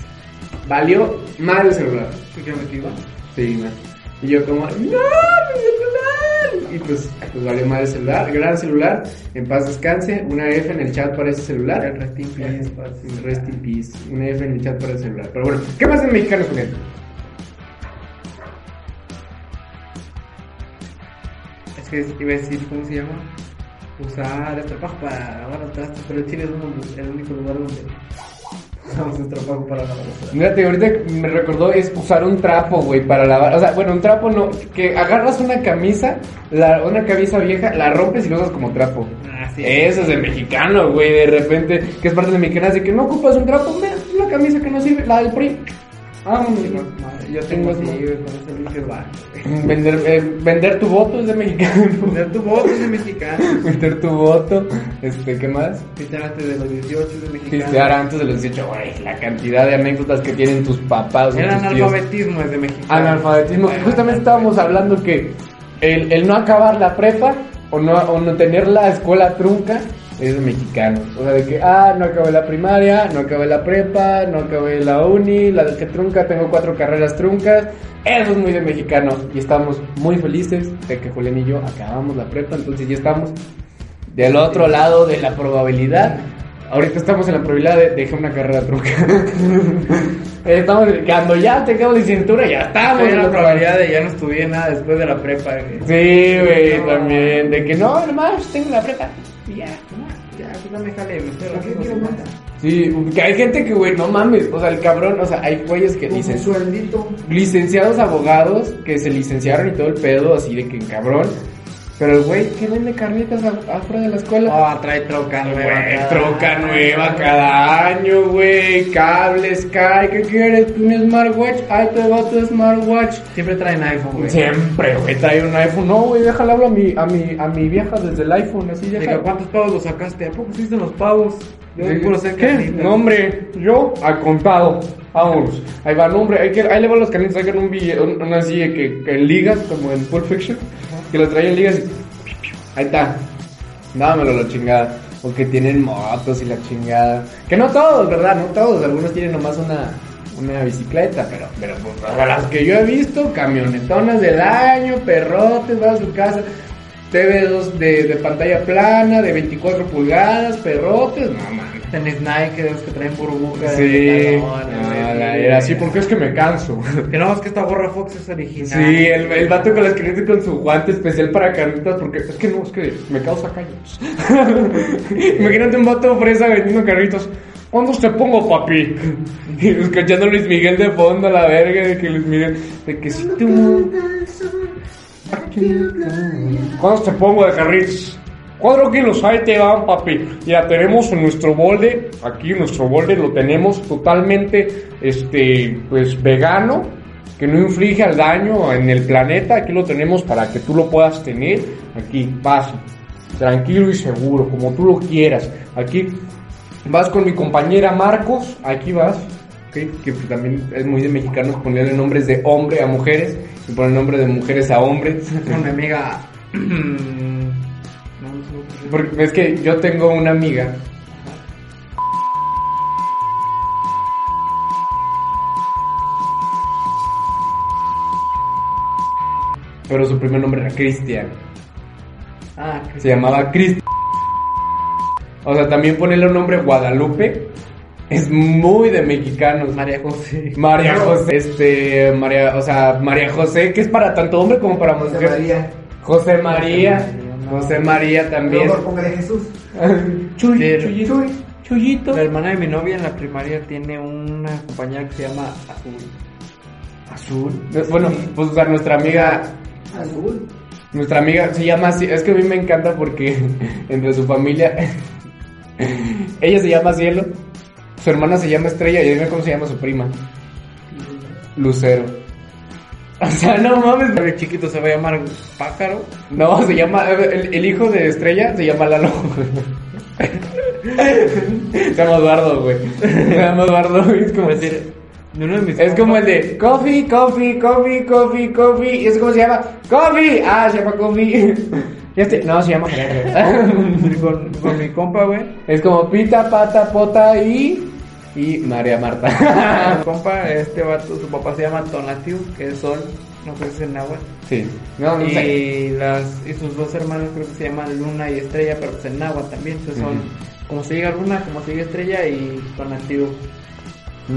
Speaker 1: Valió mal el celular.
Speaker 2: ¿Por qué me equivoco?
Speaker 1: Sí, ma. Y yo como, ¡no, mi celular! Y pues, pues valió mal el celular, gran celular, en paz descanse, una F en el chat para ese
Speaker 3: Ah.
Speaker 1: celular. Rest in
Speaker 2: peace, parce.
Speaker 1: Rest in peace, una F en el chat para el celular. Pero bueno, ¿qué más en mexicanos con él?
Speaker 2: Es que iba a decir, ¿cómo se llama? Usar el trabajo para lavar los trastes, pero Chile es uno- pues, el único lugar donde usamos el trabajo para lavar los trastes.
Speaker 1: Mírate, ahorita me recordó es usar un trapo, güey, para lavar. O sea, bueno, un trapo no, que agarras una camisa, la, una camisa vieja, la rompes y lo usas como trapo.
Speaker 2: Ah, sí.
Speaker 4: Eh.
Speaker 1: Eso es de mexicano, güey, de repente, que es parte de mi canal, de que no ocupas un trapo, mira, una camisa que no sirve, la del PRI. Ah,
Speaker 2: No, madre, yo tengo así,
Speaker 1: así.
Speaker 2: güey, con ese pinche
Speaker 4: *laughs*
Speaker 2: barco.
Speaker 1: Vender, eh, vender tu voto es de mexicano. *laughs*
Speaker 2: Tener tu voz es de mexicano.
Speaker 1: Vender tu voto, este, ¿qué más?
Speaker 2: Pistear antes de los 18 es de mexicano.
Speaker 1: Pistear antes de los 18, güey, la cantidad de anécdotas que tienen tus papás. o
Speaker 2: El
Speaker 1: tus tíos.
Speaker 2: analfabetismo es de mexicano.
Speaker 1: Analfabetismo. Justamente estábamos hablando que el, el no acabar la prepa o no, o no tener la escuela trunca es de mexicanos. O sea, de que, ah, no acabé la primaria, no acabé la prepa, no acabé la uni, la que trunca, tengo cuatro carreras truncas. Eso es muy de mexicano. Y estamos muy felices de que Julián y yo acabamos la prepa, entonces ya estamos del otro lado de la probabilidad. Ahorita estamos en la probabilidad de dejar una carrera *laughs* trunca. estamos cuando ya tengamos licenciatura ya estamos
Speaker 2: Estoy
Speaker 1: en
Speaker 2: en Ah,
Speaker 1: probabilidad.
Speaker 2: la probabilidad de ya no estudié nada después de la prepa. eh. güey.
Speaker 1: Sí, güey,
Speaker 2: No.
Speaker 1: también. De que no, nomás tengo la prepa. y Ya, nomás.
Speaker 2: Ya, pues no me jale, me estoy
Speaker 3: ¿Para qué
Speaker 2: haciendo
Speaker 3: quiero
Speaker 2: semana.
Speaker 3: más?
Speaker 1: Sí, que hay gente que, güey, no mames. O sea, el cabrón, o sea, hay güeyes que
Speaker 3: Un
Speaker 1: licenciados
Speaker 3: sueldito.
Speaker 1: licenciados abogados que se licenciaron y todo el pedo, así de que en cabrón. Pero el güey que vende carnitas a- afuera de la escuela.
Speaker 2: Oh, trae troca nueva.
Speaker 1: "Ah, Güey,
Speaker 2: cada-
Speaker 1: troca nueva cada año, güey. Cable Sky, ¿qué quieres? ¿Un smartwatch? Ahí te va tu smartwatch.
Speaker 2: Siempre traen iPhone, güey.
Speaker 1: Siempre, güey, trae un iPhone. No, güey, déjale hablo a mi, a mi, a mi vieja desde el iPhone, así
Speaker 2: Digo,
Speaker 1: deja.
Speaker 2: ¿cuántos pavos los sacaste? ¿A poco hiciste los pavos? Yo
Speaker 1: Sí.
Speaker 2: puro sé
Speaker 1: ¿Qué?
Speaker 2: carnitas.
Speaker 1: No, hombre, yo al contado. Vámonos. Ahí va, no, hombre, hay que, ahí le van los canitos, sacan un billete, un- una así de que, que en ligas, como en Pulp Fiction, que lo traen en ligas y. Ahí está. Dámelo la chingada. O que tienen motos y la chingada. Que no todos, ¿verdad? No todos. Algunos tienen nomás una, una bicicleta, pero, pero pues, a las que yo he visto, camionetonas del año, perrotes, va a su casa. TV dos de, de pantalla plana, de 24 pulgadas, perrotes, no mames.
Speaker 2: Tenés Nike, de los que traen burbujas.
Speaker 1: Sí,
Speaker 2: de pantalones,
Speaker 1: no,
Speaker 2: de-
Speaker 1: la- era así, porque es que me canso.
Speaker 2: Que no, es que esta gorra Fox es original.
Speaker 1: Sí, el, el vato con las caretas y con su guante especial para carnitas, porque es que no, es que me causa *laughs* callos. Imagínate un vato fresa vendiendo carritos. ¿Cuándo te pongo, papi? Y escuchando a Luis Miguel de fondo a la verga, de que Luis Miguel, de que si tú. ¿Cuándo te pongo de carritos? Cuatro kilos, ahí te van, papi. Ya tenemos nuestro bolde, aquí nuestro bolde lo tenemos totalmente, este, pues vegano, que no inflige al daño en el planeta. Aquí lo tenemos para que tú lo puedas tener. Aquí, vas, tranquilo y seguro, como tú lo quieras. Aquí vas con mi compañera Marcos, aquí vas. ok, Que pues también es muy de mexicanos ponerle nombres de hombre a mujeres y poner nombre de mujeres a hombres.
Speaker 2: Con mi amiga. *clears throat* No, no sé cómo se llama.
Speaker 1: Porque es que yo tengo una amiga. Pero su primer nombre era Cristian.
Speaker 2: Ah, que
Speaker 1: Se llamaba Cristian. O sea, también ponerle un nombre Guadalupe es muy de mexicanos.
Speaker 2: María José.
Speaker 1: María José, este, María, o sea, María José, que es para tanto hombre como para mujer. José
Speaker 3: José María.
Speaker 1: María.
Speaker 2: María, no.
Speaker 1: José María también.
Speaker 3: Luego póngale Jesús.
Speaker 1: Chuy,
Speaker 2: Pero-
Speaker 1: Chuyito. Chuyito.
Speaker 2: La hermana de mi novia en la primaria tiene una compañera que se llama Azul.
Speaker 1: Azul. Bueno, pues o sea, nuestra amiga,
Speaker 3: Azul.
Speaker 1: nuestra amiga se llama así. Es que a mí me encanta porque *laughs* entre su familia, *laughs* ella se llama Cielo, su hermana se llama Estrella y dime cómo se llama su prima. Lucero. *laughs* O sea, no mames.
Speaker 2: El chiquito se va a llamar Pájaro.
Speaker 1: No, se llama. El, el hijo de Estrella se llama Lalo. se llama Eduardo, güey. Se llama Eduardo, güey. Es como
Speaker 2: Es decir, de uno de mis
Speaker 1: Es como el
Speaker 2: compas-
Speaker 1: de coffee, coffee, coffee, coffee, coffee. ¿Y eso cómo se llama? ¡Coffee! Ah, se llama coffee. Ya este, no, se llama Gerardo.
Speaker 2: con, con mi compa, güey. *laughs*
Speaker 1: Es como pita, pata, pota y. Y María Marta.
Speaker 2: Mi compa, este vato, su papá se llama Tonatiu, que es sol, no creo que es en náhuatl.
Speaker 1: sí. No, no
Speaker 2: y
Speaker 1: sé.
Speaker 2: las y sus dos hermanas creo que se llaman Luna y Estrella, pero pues en náhuatl también, entonces son como se diga Luna, como se diga Estrella y Tonatiu.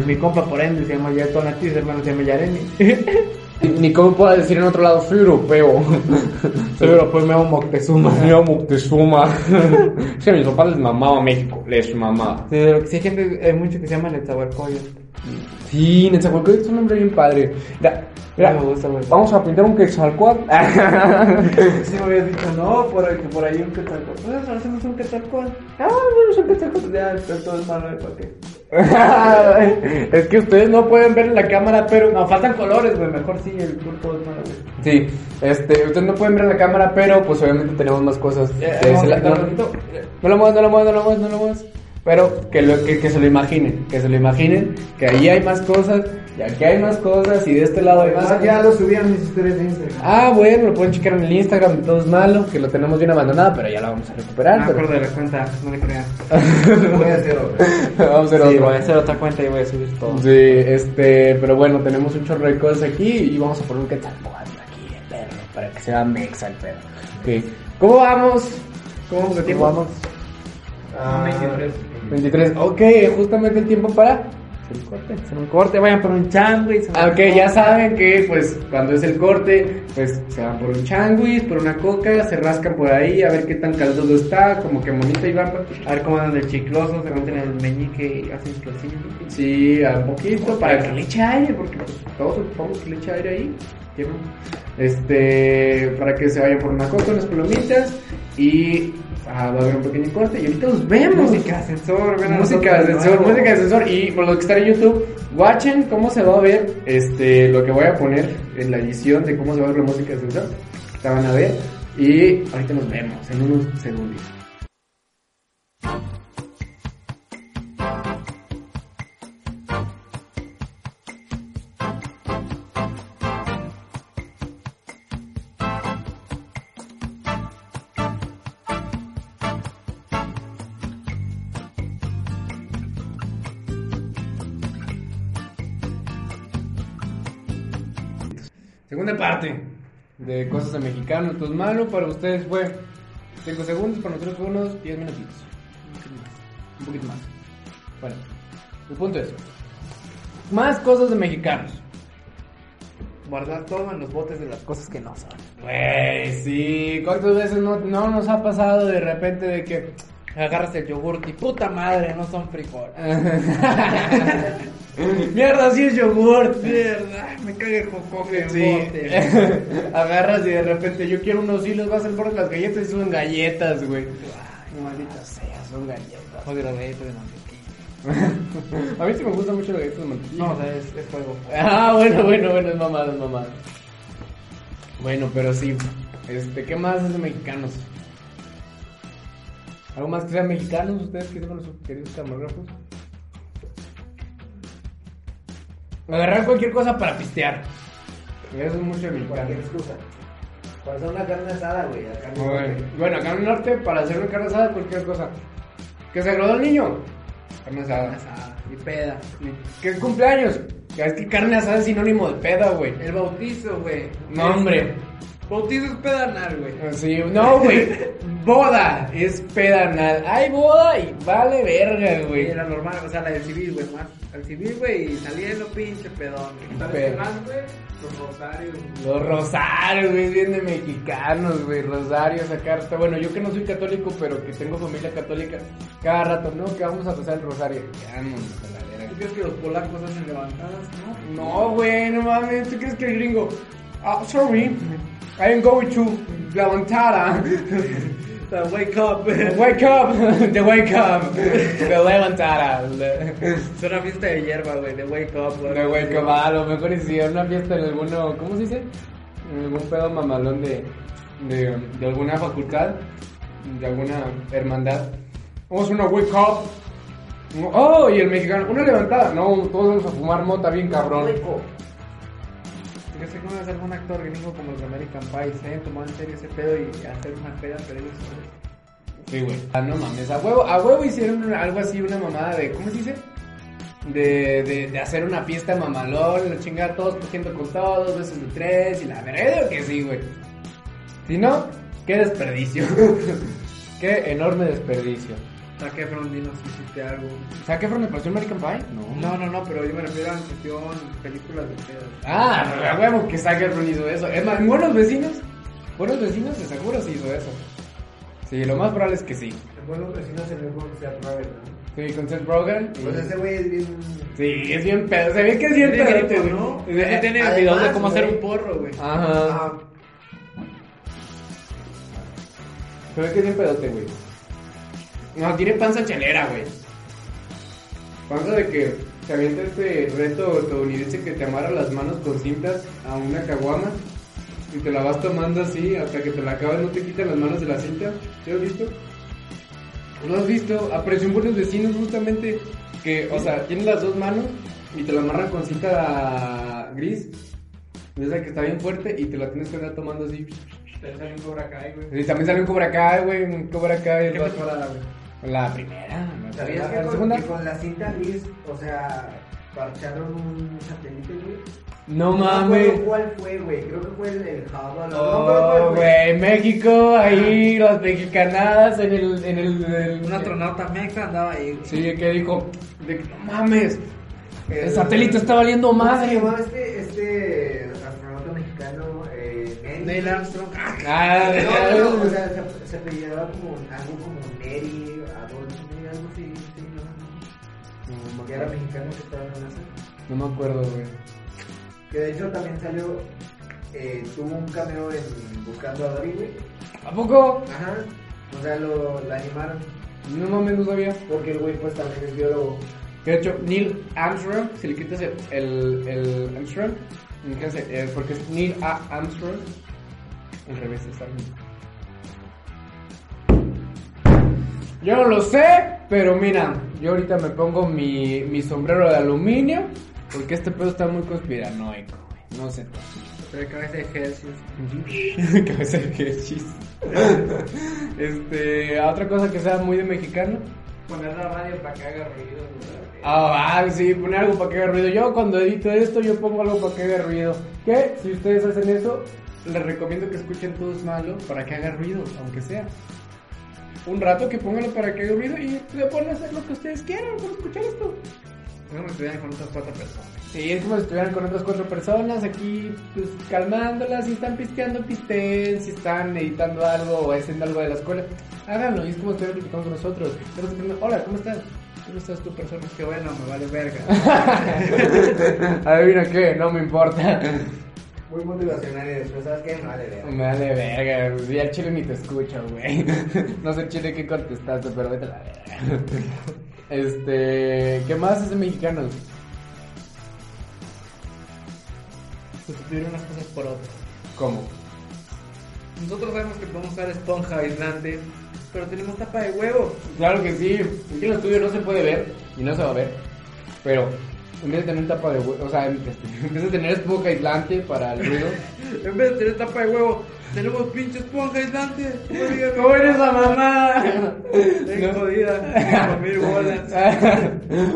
Speaker 2: Mi compa por ende se llama ya Tonatiu, su hermano se llama Yareni.
Speaker 3: *laughs*
Speaker 1: Ni cómo puedo decir en otro lado, soy *laughs* europeo. Soy
Speaker 3: pues,
Speaker 1: europeo, me llamo Moctezuma. Me llamo Moctezuma. *laughs* Es que a mis papás les mamaba México, les mamaba.
Speaker 2: Sí, pero sí hay gente, hay muchos que se llaman el
Speaker 3: *laughs*
Speaker 1: Sí, Netzahualcóyotl es un nombre bien padre. Mira, mira,
Speaker 2: No me gusta, güey.
Speaker 1: vamos a pintar un Quetzalcóatl.
Speaker 2: Sí me habías dicho, no, por, ahí- por ahí un quetzalcóatl. Pues hacemos un quetzalcóatl. Ah, bueno, es un quetzalcóatl. Ya, está todo es malo, ¿para qué?
Speaker 1: *laughs* es que ustedes no pueden ver en la cámara, pero.
Speaker 2: No, faltan colores, güey. Mejor sí, el turco es malo, güey.
Speaker 1: Sí, este, ustedes no pueden ver en la cámara, pero pues obviamente tenemos más cosas.
Speaker 2: Eh,
Speaker 1: Eh,
Speaker 2: vamos
Speaker 1: se
Speaker 2: a
Speaker 1: la- no,
Speaker 2: quitar un poquito.
Speaker 1: no lo muevas, no lo muevas, no lo muevas, no lo muevas. Pero que, lo, que, que se lo imaginen, que se lo imaginen, que ahí hay más cosas, y aquí hay más cosas, y de este lado hay más.
Speaker 3: Ah, ya lo subieron mis historias de Instagram.
Speaker 1: Ah, bueno, lo pueden checar en el Instagram, de todo es malo, que lo tenemos bien abandonado, pero ya lo vamos a recuperar.
Speaker 2: No me
Speaker 1: Ah, pero-
Speaker 2: acuerdo de la cuenta, no le crean.
Speaker 3: Voy a hacer otra.
Speaker 1: *laughs* Vamos a hacer
Speaker 2: Sí,
Speaker 1: otro.
Speaker 2: voy a hacer otra cuenta y voy a subir todo.
Speaker 1: Sí, este, pero bueno, tenemos un chorro de cosas aquí y vamos a poner un quetzalcoatl aquí, el perro, para que sea mexa el perro. Ok, ¿cómo vamos? ¿Cómo vamos de tiempo? vamos?
Speaker 3: Ah,
Speaker 1: 23, ok, justamente el tiempo para el corte.
Speaker 2: Hacer un corte, vayan por un chango se
Speaker 1: Ah, Ok, ya saben que pues cuando es el corte, pues se van por un changuis, por una coca, se rascan por ahí a ver qué tan caldoso está, como que monita y barba.
Speaker 2: A ver cómo andan el chicloso, se meten el meñique y hacen chiclosillo.
Speaker 1: Sí, a un poquito para que
Speaker 2: le eche aire, porque pues,
Speaker 1: todos ocupamos que le eche aire ahí. lleva, Este, para que se vayan por una coca, unas palomitas y ah, va a haber un pequeño corte y ahorita nos vemos.
Speaker 2: música ascensor, ven
Speaker 1: Música
Speaker 2: a
Speaker 1: de
Speaker 2: nosotros,
Speaker 1: ascensor,
Speaker 2: ¿no?
Speaker 1: música de ascensor y por los que están en YouTube, watchen cómo se va a ver este lo que voy a poner en la edición de cómo se va a ver la música de ascensor. La van a ver y ahorita nos vemos en unos segundos. Segunda parte. de cosas de mexicano. Entonces, malo para ustedes fue 5 segundos, para nosotros fue unos 10 minutitos. Un poquito más. Bueno, el punto es: más cosas de mexicanos.
Speaker 2: Guardar todo en los botes de las cosas que no son.
Speaker 1: Güey, sí, ¿cuántas veces no, no nos ha pasado de repente de que...
Speaker 2: Agarras el yogur y puta madre, no son
Speaker 1: *laughs*
Speaker 2: frijoles.
Speaker 1: Mierda, sí es yogur.
Speaker 2: Mierda, me caga el jocoque,
Speaker 1: Sí.
Speaker 2: bote.
Speaker 1: *laughs* Agarras y de repente yo quiero unos hilos, vas al por las galletas y son galletas, güey.
Speaker 2: Ay, maldita sea.
Speaker 1: Son galletas.
Speaker 2: Odio la galleta de mantequilla.
Speaker 1: A mí sí me gustan mucho las galletas de mantequilla.
Speaker 2: No, o sea, es, es fuego.
Speaker 1: Ah, bueno, bueno, bueno, es mamada, es mamada. Bueno, pero sí. Este, ¿qué más es de mexicanos? ¿Algo más que sean mexicanos ustedes que sepan los queridos camarógrafos? Agarrar cualquier cosa para pistear. Eso es mucho de
Speaker 3: Cualquier
Speaker 1: mexicanos.
Speaker 3: excusa. Para hacer una carne asada, güey. la carne-
Speaker 1: Bueno, bueno, acá en el norte, para hacer una carne asada, cualquier cosa. ¿Que se graduó el niño? Carne asada.
Speaker 2: Asada y peda.
Speaker 1: ¿Que es cumpleaños? Es que carne asada es sinónimo de peda, güey.
Speaker 2: El bautizo, güey.
Speaker 1: No, hombre.
Speaker 2: Bautizo es pedanal, güey.
Speaker 1: Sí, no, güey. Boda es pedanal. Hay boda y vale verga,
Speaker 2: Y
Speaker 1: güey.
Speaker 2: Era normal, o sea, la del civil, güey, más. Al civil, güey, y saliendo pinche pedón. güey.
Speaker 4: ¿Sabes
Speaker 1: Pero-
Speaker 4: qué más, güey? Los rosarios.
Speaker 1: Los rosarios, güey, es bien de mexicanos, güey. Rosario, sacar. está Bueno, yo que no soy católico, pero que tengo familia católica. Cada rato, no, que vamos a rezar el rosario. Ya, no, a la verga.
Speaker 2: ¿Tú crees que los polacos hacen levantadas? No.
Speaker 1: No, güey, no mames, ¿tú crees que el gringo? Ah, sorry, I'm going to levantada. *laughs*
Speaker 2: O sea, wake up. *laughs*
Speaker 1: Wake up, *laughs* the wake up, *laughs* the levantada. The
Speaker 2: es una fiesta de hierba, güey, de wake up. güey.
Speaker 1: wake up, a lo mejor hicieron una fiesta en alguno, ¿cómo se dice? En algún pedo mamalón de, de, de alguna facultad, de alguna hermandad. Vamos a una wake up. Oh, y el mexicano, una levantada. No, todos vamos a fumar mota bien cabrón.
Speaker 3: Rico.
Speaker 2: Yo sé que una vez algún actor gringo como los de American Pie se hayan tomado en serio ese pedo y hacer una peda, pero ellos solos.
Speaker 1: Sí, güey. Ah, no mames. A huevo, a huevo hicieron una- algo así, una mamada de. ¿Cómo se dice? De, de, de hacer una fiesta mamalón, la chingada, todos cogiendo con todos, besos de tres y la verdad que sí, güey. Si no, qué desperdicio. *laughs* qué enorme desperdicio.
Speaker 2: Saqué Efron dinos si hiciste algo.
Speaker 1: ¿O sea, qué fue una pasión American Pie?
Speaker 2: No, no, no, pero yo me refiero a la cuestión películas de pedo.
Speaker 1: Ah, pero a huevo que Zac Efron hizo eso. Es más, buenos vecinos. Buenos vecinos de seguro sí hizo eso. Sí, lo más probable es que sí.
Speaker 3: En buenos vecinos se les gusta hacer una verdad.
Speaker 1: Sí, con Seth Rogen. y-
Speaker 3: Pues ese güey es bien.
Speaker 1: Sí, es bien pedo. Se ve que es bien
Speaker 2: Tiene
Speaker 1: pedote,
Speaker 2: gripo,
Speaker 1: güey.
Speaker 2: ¿no?
Speaker 1: Eh,
Speaker 2: Ese tiene
Speaker 3: además,
Speaker 2: videos de cómo hacer
Speaker 3: güey.
Speaker 2: un porro, güey.
Speaker 1: Ajá.
Speaker 3: Ah,
Speaker 1: Se ve que es bien pedote, güey. No, tiene panza chelera, güey. Panza de que se avienta este reto estadounidense que te amarra las manos con cintas a una caguama y te la vas tomando así hasta que te la acabas, no te quitan las manos de la cinta. ¿Te has visto? ¿Lo has visto? Apareció un buenos vecinos justamente que, o sea, tienen las dos manos y te la amarran con cinta gris. De esa que está bien fuerte y te la tienes que andar tomando así.
Speaker 4: Te sale un cobra Kai, güey.
Speaker 1: Y también sale un Cobra Kai, güey, un Cobra Kai. el
Speaker 2: ¿Qué
Speaker 1: vato-
Speaker 2: temporada, güey?
Speaker 1: La primera. ¿no?
Speaker 3: pues, ¿Sabías
Speaker 1: la
Speaker 3: que con,
Speaker 1: segunda?
Speaker 3: que con la cinta gris, o sea, parcharon un satélite, güey?
Speaker 1: No
Speaker 3: me
Speaker 1: mames.
Speaker 3: acuerdo ¿Cuál fue, güey? Creo que fue el del Java. No, no me acuerdo
Speaker 1: Oh,
Speaker 3: cuál fue.
Speaker 1: güey, México, ahí, las mexicanadas en el... En el, el-
Speaker 2: Un astronauta mexa andaba ahí, güey.
Speaker 1: Sí, que dijo, de que, no mames, el
Speaker 3: El-
Speaker 1: satélite está valiendo
Speaker 3: ¿Cómo se
Speaker 1: madre.
Speaker 3: llamaba este, este astronauta mexicano? Eh, Neri?
Speaker 2: Neil Armstrong. ¡Ah!
Speaker 1: Ah,
Speaker 3: *laughs* No, no, o sea, se, se apellidaba como algo como Neri, Adolfo, Neri, algo así, sí, no, no.
Speaker 1: no,
Speaker 3: Que era mexicano que estaba en la NASA.
Speaker 1: no me acuerdo, güey.
Speaker 3: Que de hecho también salió, eh, tuvo un cameo en Buscando a Dory, güey.
Speaker 1: ¿A poco?
Speaker 3: Ajá. O sea, lo, la animaron.
Speaker 1: No mames, no sabía.
Speaker 3: Porque el güey pues también es biólogo.
Speaker 1: Que de hecho, Neil Armstrong, si le quitas el, el, el Armstrong, fíjense, eh, porque es Neil A. Armstrong, al revés está bien. Yo no lo sé, pero mira, yo ahorita me pongo mi, mi sombrero de aluminio, porque este pedo está muy conspiranoico, güey. No sé.
Speaker 2: Pero cabeza de Helsinki.
Speaker 1: *laughs* Cabeza de Hershey's. Este, otra cosa que sea muy de mexicano.
Speaker 4: Poner la radio para que haga ruido, güey.
Speaker 1: Ah, ah, sí, poner algo para que haga ruido. Yo cuando edito esto, yo pongo algo para que haga ruido. Que si ustedes hacen eso, les recomiendo que escuchen todo es malo para que haga ruido, aunque sea. Un rato que pónganlo para que haga ruido y le ponen a hacer lo que ustedes quieran por escuchar esto.
Speaker 2: No me estuvieran con otras cuatro personas.
Speaker 1: Sí, es como si estuvieran con otras cuatro personas aquí, pues calmándolas, si están pisteando, pisteen, si están editando algo o haciendo algo de la escuela, háganlo, y es como estuvieran platicando con nosotros. Estamos diciendo, hola, ¿cómo estás? ¿Cómo estás tu persona?
Speaker 2: Qué bueno, me vale verga.
Speaker 1: *laughs* Adivina qué, no me importa. *laughs*
Speaker 3: Muy motivacional y después, ¿sabes qué? No vale *laughs* verga.
Speaker 1: Me vale verga, güey. al chile ni te escucho, güey. *laughs* No sé chile qué contestaste, pero vete a la verga. Este, ¿qué más es de mexicanos?
Speaker 2: Sustituir unas cosas por otras.
Speaker 1: ¿Cómo?
Speaker 2: Nosotros sabemos que podemos usar esponja aislante, pero tenemos tapa de huevo.
Speaker 1: Claro que sí, aquí lo tuyo no se puede ver y no se va a ver, pero en vez de tener tapa de huevo, o sea, en este, en vez de tener esponja aislante para el ruido,
Speaker 2: En vez de tener tapa de huevo, tenemos pinche esponja aislante.
Speaker 1: *laughs* ¿cómo eres la mamá?
Speaker 2: Estoy jodida, a dormir bolas.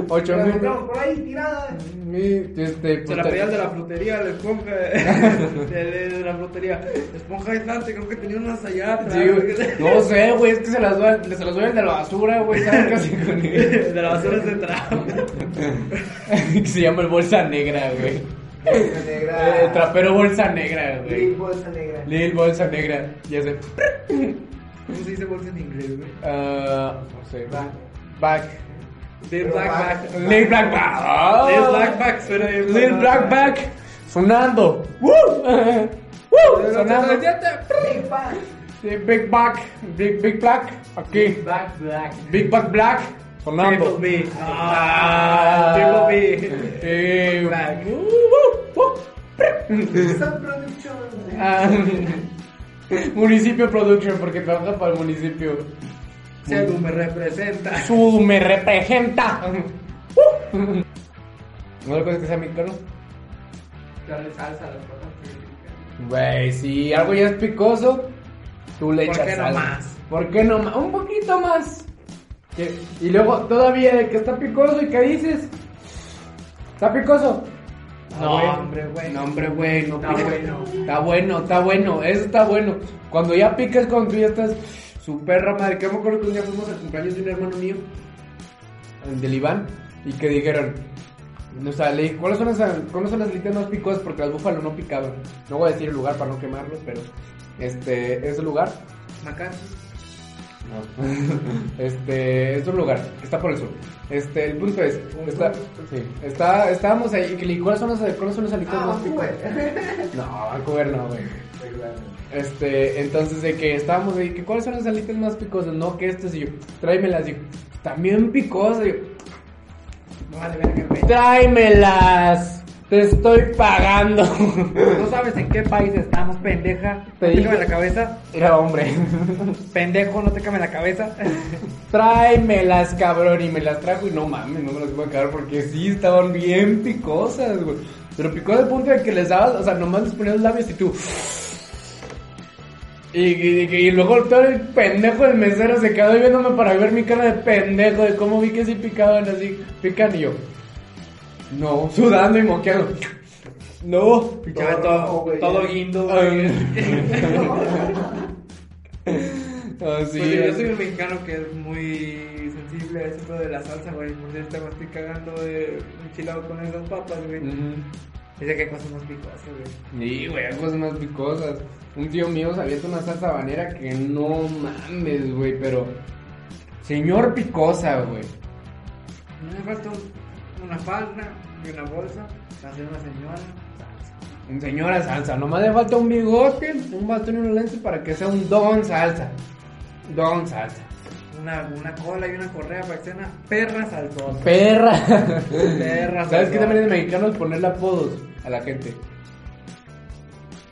Speaker 1: *laughs* Ocho
Speaker 3: Pero
Speaker 1: mil.
Speaker 3: estamos por ahí tirada.
Speaker 1: mi- Este,
Speaker 2: Se la
Speaker 1: puta-
Speaker 2: pedí al de la frutería,
Speaker 1: *laughs*
Speaker 2: la esponja de, de- de la frutería. Esponja aislante, creo que tenía unas allá atrás.
Speaker 1: Sí, güey. No sé, güey, es que se las duelen, se las duelen de la basura, güey, ¿saben qué hacen con
Speaker 2: *laughs*
Speaker 1: él?
Speaker 2: *laughs* De la basura se trajo.
Speaker 1: que *laughs* se llama el bolsa negra, güey.
Speaker 3: Bolsa negra.
Speaker 1: El trapero bolsa negra,
Speaker 3: Y
Speaker 1: güey.
Speaker 3: bolsa negra.
Speaker 1: Lil bolsa negra, ya sé.
Speaker 2: ¿Cómo se dice bolsa en inglés, güey?
Speaker 1: Ah, no sé.
Speaker 3: Va.
Speaker 1: Back.
Speaker 2: De
Speaker 3: Pero
Speaker 2: blackback.
Speaker 3: back.
Speaker 1: Lil Blackback.
Speaker 2: Lil Blackback suena bien.
Speaker 1: Lil Blackback. Sonando. Woo. *laughs* Woo. Sonando.
Speaker 3: Big Bang.
Speaker 1: Sí, Big Back. Big, Big Black. Aquí.
Speaker 2: Black, black.
Speaker 1: Big Back Black. Sonando.
Speaker 2: Triple B. Ah, Triple B.
Speaker 1: Eh,
Speaker 2: Black.
Speaker 1: uh, uh, uh.
Speaker 3: Esa producción. ¿eh?
Speaker 1: Ah, *laughs* municipio Production, porque trabaja para el municipio.
Speaker 2: Sedu me representa.
Speaker 1: Su me representa. Uh. ¿No recuerdas que sea mexicano?
Speaker 2: Dale salsa a las papas fritas.
Speaker 1: Güey, si algo ya es picoso, tú le
Speaker 2: ¿Por
Speaker 1: echas
Speaker 2: qué no
Speaker 1: salsa.
Speaker 2: más?
Speaker 1: ¿Por qué no más? Un poquito más. Que- Y luego todavía de que está picoso y qué dices. ¿Está picoso? Ah,
Speaker 2: No,
Speaker 1: güey.
Speaker 2: hombre, güey.
Speaker 1: No, hombre, güey. no
Speaker 2: Está
Speaker 1: pica.
Speaker 2: bueno.
Speaker 1: Está bueno, está bueno. Eso está bueno. Cuando ya picas, cuando tú ya estás su perra madre. Que me acuerdo que un día fuimos al cumpleaños de un hermano mío, el del Iván, y que dijeron. O sea, le dije, ¿cuáles son, las, ¿cuáles son las alitas más picosas? Porque las búfalas no picaban. No voy a decir el lugar para no quemarlos, pero este es el lugar.
Speaker 2: Macán.
Speaker 1: Este, es un lugar que está por el sur. Este, el punto es, está, sí, está, estábamos ahí y que le dije, ¿cuáles son las, cuáles son las alitas
Speaker 3: Ah,
Speaker 1: más picosas? *laughs* No, Vancouver no, güey. Este, entonces de que estábamos ahí, que cuáles son las alitas más picosas, no que estas y yo, tráemelas, y yo, también picosas, y yo,
Speaker 2: No vale verga, güey.
Speaker 1: tráemelas, te estoy pagando. *laughs*
Speaker 2: No sabes en qué país estamos, pendeja.
Speaker 1: Te
Speaker 2: No te
Speaker 1: dije.
Speaker 2: cabe la cabeza.
Speaker 1: Era hombre, *laughs*
Speaker 2: Pendejo, no te cabe la cabeza.
Speaker 1: tráemelas, cabrón, y me las trajo, y no mames, no me las voy a cagar porque sí estaban bien picosas, güey. Pero picó al punto de que les dabas, o sea, nomás les ponías los labios y tú. Y, y- y- y luego todo el pendejo del mesero se quedó ahí viéndome para ver mi cara de pendejo, de cómo vi que sí picaban así, pican y yo. No, sudando y moqueando. No,
Speaker 2: Pinche Beto,
Speaker 3: güey.
Speaker 2: todo guindo.
Speaker 1: Ay.
Speaker 2: *laughs* güey.
Speaker 1: *laughs*
Speaker 2: *laughs*
Speaker 1: Así
Speaker 2: Pues, yo
Speaker 1: es.
Speaker 2: soy un mexicano que es muy sensible a eso de la salsa, güey. Por cierto, me estoy cagando de enchilado con esas papas, güey.
Speaker 1: Ujú.
Speaker 2: Dice que cosas más picosas, güey.
Speaker 1: Sí, güey, cosas más picosas. Un tío mío se avienta una salsa habanera que no mames, güey, pero. Señor picosa, güey.
Speaker 2: No me falta un- una falda y una bolsa para hacer una señora. salsa.
Speaker 1: Señora salsa, nomás le falta un bigote, un bastón y una lente para que sea un don salsa. Don salsa.
Speaker 2: Una, una cola y una correa para que sea una perra saltosa.
Speaker 1: Perra. *laughs*
Speaker 2: perra
Speaker 1: ¿Sabes qué
Speaker 2: saltosa.
Speaker 1: también es de mexicanos? Ponerle apodos a la gente.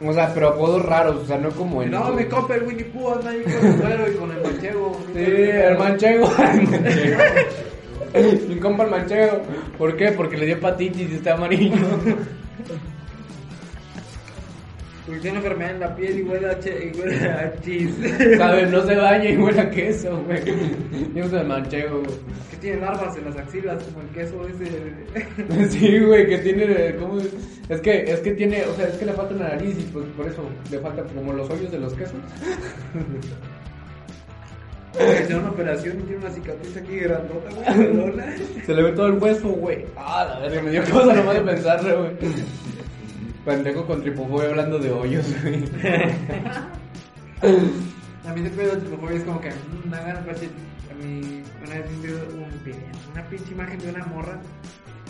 Speaker 1: O sea, pero apodos raros, o sea, no como el.
Speaker 2: No, mi compa el Winnie Pooh anda ahí con el cuero y con el manchego.
Speaker 1: Sí, el manchego. *laughs* Mi compa el manchego. ¿Por qué? Porque le dio patitis y está amarillo.
Speaker 2: Porque tiene una enfermedad en la piel y huele a, che- y huele a chis. *laughs*
Speaker 1: ¿Sabes? No se baña y huele a queso, güey. Yo soy manchego, güey.
Speaker 2: Que tiene larvas en las axilas, como el queso ese. *laughs*
Speaker 1: Sí, güey, que tiene. eh, ¿Cómo? es? Es que, es que tiene. O sea, es que le falta una nariz y pues por eso le falta como los hoyos de los quesos.
Speaker 2: Que tiene una operación y tiene una cicatriz aquí grandota, güey, pelona.
Speaker 1: Se le ve todo el hueso, güey. Ah, la verga, me dio cosa nomás de pensarlo, güey. Pendejo con tripofobia hablando de hoyos, güey.
Speaker 2: A mí siempre lo tripofobia es como que mm, me hagan ver si a mí una vez vi un video, una pinche imagen de una morra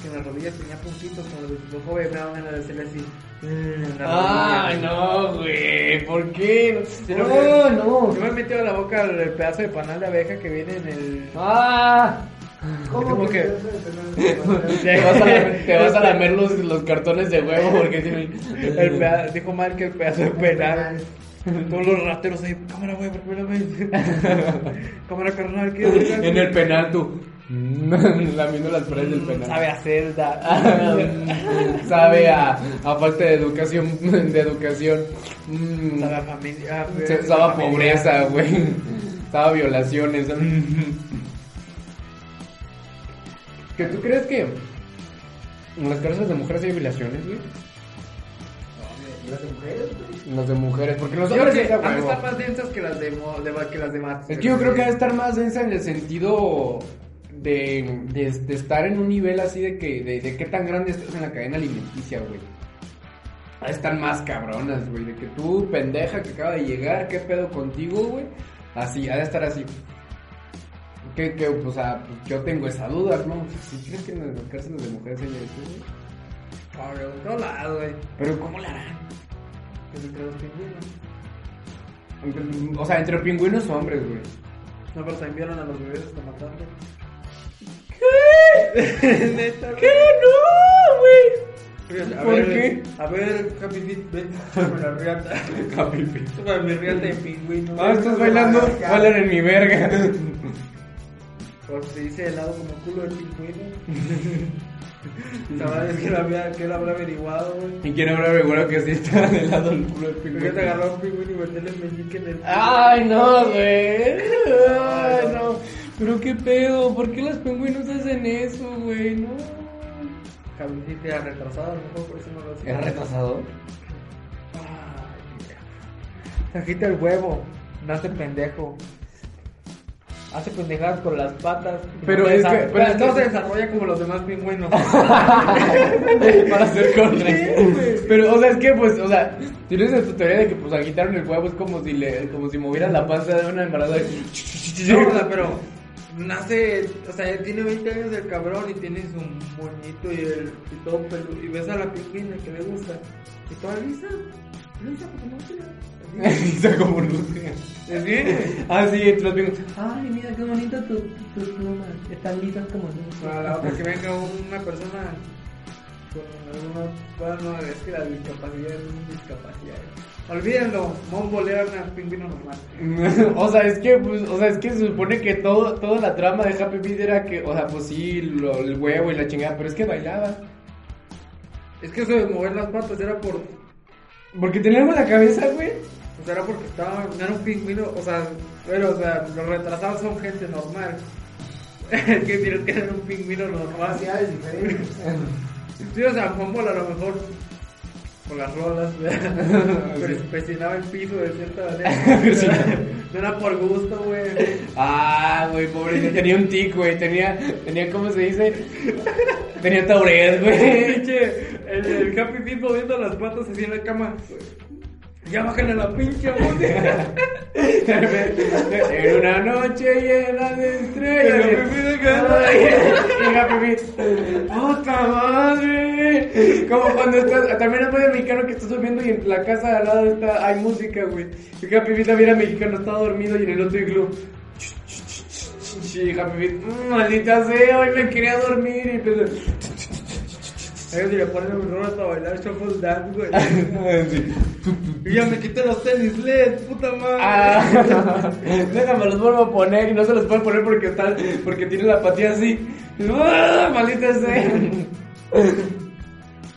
Speaker 2: que en las rodillas tenía puntitos como de tripofobia y me daban ganas de hacerle así. mm, en la
Speaker 1: Ay,
Speaker 2: rodilla.
Speaker 1: no, güey. ¿Por qué?
Speaker 2: Sí, lo
Speaker 1: No,
Speaker 2: sé.
Speaker 1: no.
Speaker 2: Yo me he metido a la boca el pedazo de panal de abeja que viene en el.
Speaker 1: Ah.
Speaker 2: como que- *laughs*
Speaker 1: Te vas a, lamer- te vas a lamer los, los cartones de huevo porque tienen.
Speaker 2: El peda- dijo mal que el pedazo de penal. Todos los rateros ahí, cámara, güey, por primera vez. *laughs* cámara,
Speaker 1: *laughs*
Speaker 2: carnal, ¿qué
Speaker 1: En el penal, tú. *laughs* Lamiendo las paredes del penal.
Speaker 2: Sabe
Speaker 1: *laughs*
Speaker 2: a
Speaker 1: Ah,
Speaker 2: celda.
Speaker 1: mm, sabe a, a falta de educación *laughs* de educación Mm,
Speaker 2: Sabe a familia. ah,
Speaker 1: se- sabe a
Speaker 2: familia.
Speaker 1: pobreza güey sabe a violaciones que tú crees que en las cárceles de mujeres hay violaciones güey en las de mujeres porque los
Speaker 2: Yo creo
Speaker 1: hombres
Speaker 2: que
Speaker 1: es a
Speaker 2: han de
Speaker 1: huevo.
Speaker 2: estar más densas que las de, mo- de- que las demás.
Speaker 1: Es que yo creo que ha de estar más densa en el sentido de, de, de estar en un nivel así de que de, de qué tan grande estás en la cadena alimenticia, güey. Ha de estar más cabronas, güey, de que tú, pendeja que acaba de llegar, qué pedo contigo, güey. Así, ha de estar así. Que, que, pues, ah, pues, yo tengo esa duda, ¿no? Si crees que en las cárceles de mujeres hay eso, güey.
Speaker 2: Pobre, de otro lado, güey.
Speaker 1: Pero, ¿cómo la harán?
Speaker 2: Es entre los pingüinos.
Speaker 1: Entre- O sea, entre pingüinos o hombres, güey.
Speaker 2: No, pero se enviaron a los bebés hasta
Speaker 1: *laughs*
Speaker 2: matarlos. ¿Qué? Neta, güey.
Speaker 1: ¡No, güey! *laughs*
Speaker 2: Fíjate, a
Speaker 1: ¿Por
Speaker 2: ver,
Speaker 1: qué?
Speaker 2: A ver, Happy Feet, *laughs* ven. Con la riata.
Speaker 1: Happy Feet.
Speaker 2: Con mi riata de pingüino.
Speaker 1: Ah, estás bailando, bailan en mi verga. *laughs*
Speaker 2: Por si dice helado como culo de pingüino. *laughs* Sabrás que lo había, que lo habrá averiguado, güey.
Speaker 1: ¿Y quién habrá averiguado que sí está del lado del culo del
Speaker 2: Porque te
Speaker 1: pingüino?
Speaker 2: agarró a un pingüino y meterle el meñique en el.
Speaker 1: Ay, no, güey. Ay, no. Pero qué pedo, ¿por qué los pingüinos hacen eso, güey? No.
Speaker 2: Cabecita era retrasado, a lo mejor por eso no lo
Speaker 1: *laughs*
Speaker 2: hacía.
Speaker 1: retrasado?
Speaker 2: Agita Ah, el huevo, nace pendejo. Hace pendejadas con las patas.
Speaker 1: Pero
Speaker 2: No
Speaker 1: es
Speaker 2: desa-
Speaker 1: que- pero es que-
Speaker 2: no se desarrolla como los demás
Speaker 1: *laughs*
Speaker 2: pingüinos.
Speaker 1: Para ser contra.
Speaker 2: Sí, güey.
Speaker 1: Pero, o sea, es que, pues, o sea, tienes tu teoría de que, pues, agitaron el huevo es como si le, como si movieran la panza de una embarazada.
Speaker 2: No, o
Speaker 1: *laughs*
Speaker 2: sea, pero nace, o sea, tiene 20 años el cabrón y tiene su moñito y, el, y todo peludo. Y ves a la pingüina que le gusta. Y toda lisa, lisa como no se
Speaker 1: Está como Lucía.
Speaker 2: ¿Es bien?
Speaker 1: Ah, sí, los pingüinos.
Speaker 5: Ay, mira qué bonito tus tus plumas. Están lisas como tú.
Speaker 2: Para la otra que venga una persona con alguna. Bueno, es que la discapacidad es una discapacidad. Olvídenlo, Mombo era una pingüino normal.
Speaker 1: *laughs* o sea, es que, pues, o sea, es que se supone que todo, toda la trama de Happy Feet era que, o sea, pues sí, lo- el huevo y la chingada, pero es que bailaba.
Speaker 2: Es que eso de mover las patas era por. O
Speaker 1: Porque tenía algo en la cabeza, güey.
Speaker 2: sea, Pues era porque estaba. No era un pingüino, o sea, pero, o sea, los retrasados son gente normal. *laughs* Es que tienes que ser un pingüino normal. Sí, o sea, Mombo a lo mejor. Por las rolas,
Speaker 1: *laughs*
Speaker 2: ¿verdad? pero especinaba el piso de cierta manera.
Speaker 1: Sí.
Speaker 2: No era por gusto, güey.
Speaker 1: Ah, güey, pobre, tenía un tic, güey, tenía, tenía, ¿cómo se dice? Tenía tauret, güey.
Speaker 2: *laughs* pinche, el, el Happy Feet moviendo las patas así en la cama. Ya bájale la pinche música.
Speaker 1: en una noche llena de estrellas.
Speaker 2: El Happy Feet acá.
Speaker 1: Ay, el Happy Feet. ¡Puta madre! Como cuando estás. También es muy mexicano que estás durmiendo y en la casa de al lado está, hay música, güey. El Happy Feet también era mexicano, estaba dormido y en el otro iglú. Sí, Happy Feet. "Mm, Maldita sea, hoy me quería dormir y empezó.
Speaker 2: Ellos le ponen un rol para bailar shuffle dance, güey. Y ya me quité los tenis LED, puta madre.
Speaker 1: Ah, *laughs* déjame los vuelvo a poner y no se los puedo poner porque están, porque tiene la patilla así. ¡Ah, maldita sea.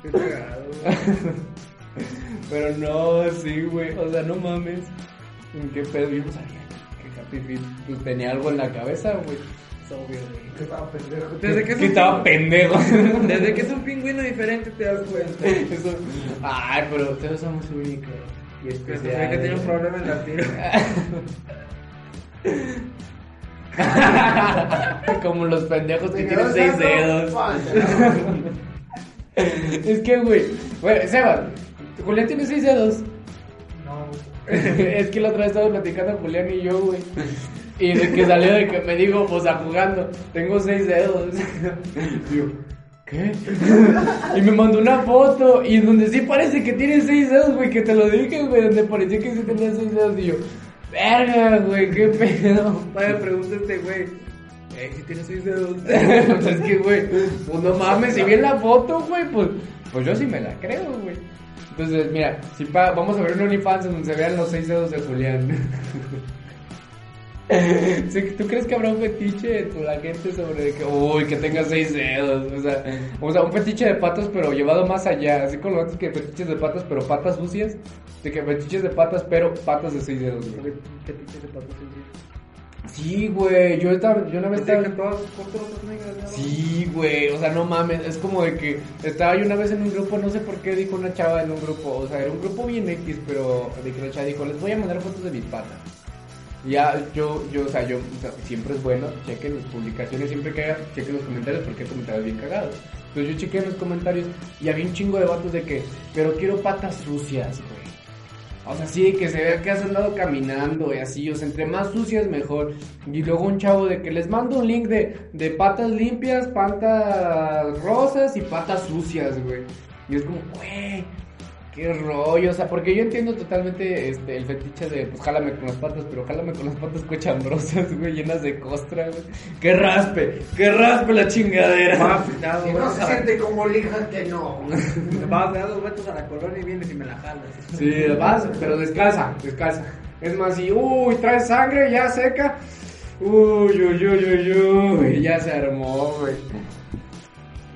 Speaker 2: Qué cagado, güey.
Speaker 1: Pero no, sí, güey. O sea, no mames. ¿En qué pedo? Yo no sabía que Happy Feet pues, tenía algo en la cabeza, güey. Es obvio, güey.
Speaker 3: Que estaba pendejo.
Speaker 2: Desde que, es
Speaker 1: Que
Speaker 2: un
Speaker 1: estaba
Speaker 2: pingüino-
Speaker 1: *laughs* pendejo.
Speaker 2: Desde que es un pingüino diferente te das cuenta.
Speaker 1: Eso- Ay, pero todos somos únicos. Y
Speaker 2: Que se ve que tiene
Speaker 1: especiales.
Speaker 2: un problema en la
Speaker 5: *laughs*
Speaker 2: tira.
Speaker 1: Como los pendejos que
Speaker 3: Te
Speaker 1: tienen
Speaker 3: quedó
Speaker 1: seis
Speaker 3: santo.
Speaker 1: dedos.
Speaker 3: Falta.
Speaker 1: Es que, güey. Bueno, Seba, Julián tiene seis
Speaker 2: *laughs*
Speaker 1: dedos.
Speaker 3: No,
Speaker 2: pues,
Speaker 3: güey.
Speaker 1: es que la otra vez estaba platicando Julián y yo, güey. Y de que salió de que me dijo, pues a jugando, tengo seis dedos. *laughs* Y yo, ¿qué? y me mandó una foto y donde sí parece que tiene seis dedos, güey, que te lo dije, güey, donde parecía que sí tenía seis dedos. Y yo, verga, güey, qué pedo.
Speaker 2: Vaya, pregunta este güey. Eh, si tiene seis
Speaker 1: *laughs*
Speaker 2: dedos.
Speaker 1: pues es que, güey, pues no mames, si bien la foto, güey, pues, pues yo sí me la creo, güey. Entonces, mira, si pa- vamos a ver un OnlyFans donde se vean los seis dedos de Julián. *laughs* Sí, ¿Tú crees que habrá un fetiche entre la gente sobre de que, uy, que tenga seis dedos? O sea, o sea, un fetiche de patas, pero llevado más allá. Así como antes que fetiches de patas, pero patas sucias. De que fetiches de patas, pero patas de seis dedos, güey.
Speaker 2: ¿Qué pinche de pato
Speaker 1: Sí, güey, yo, estaba- yo una vez
Speaker 2: Pensé
Speaker 1: estaba...
Speaker 2: que todas cortas las negras, ¿no?
Speaker 1: Sí, güey, o sea, no mames, es como de que estaba yo una vez en un grupo, no sé por qué dijo una chava en un grupo, o sea, era un grupo bien X, pero de que la chava dijo, les voy a mandar fotos de mis patas. Y Ya, yo, yo, o sea, yo, o sea, siempre es bueno, chequen las publicaciones, siempre que haya, chequen los comentarios, porque hay comentarios bien cagados. Entonces yo chequé los comentarios y había un chingo de vatos de que, pero quiero patas sucias, güey. O sea, sí, que se vea que has andado caminando y así, o sea, entre más sucias mejor. Y luego un chavo de que les mando un link de, de patas limpias, patas rosas y patas sucias, güey. Y es como, güey, qué rollo, o sea, porque yo entiendo totalmente este, el fetiche de, pues, jálame con las patas, pero jálame con las patas cochambrosas, güey, llenas de costra, güey. Que raspe, que raspe la chingadera.
Speaker 2: Va afilado,
Speaker 3: Si
Speaker 2: güey.
Speaker 3: no se siente como lija
Speaker 2: *laughs*
Speaker 3: que no.
Speaker 2: Vas, le das dos vueltas a la colonia y vienes y me la jalas.
Speaker 1: Sí, vas, pero descansa, descansa. Es más, si, uy, trae sangre, ya seca. Uy, uy, uy, uy, uy, ya se armó, güey.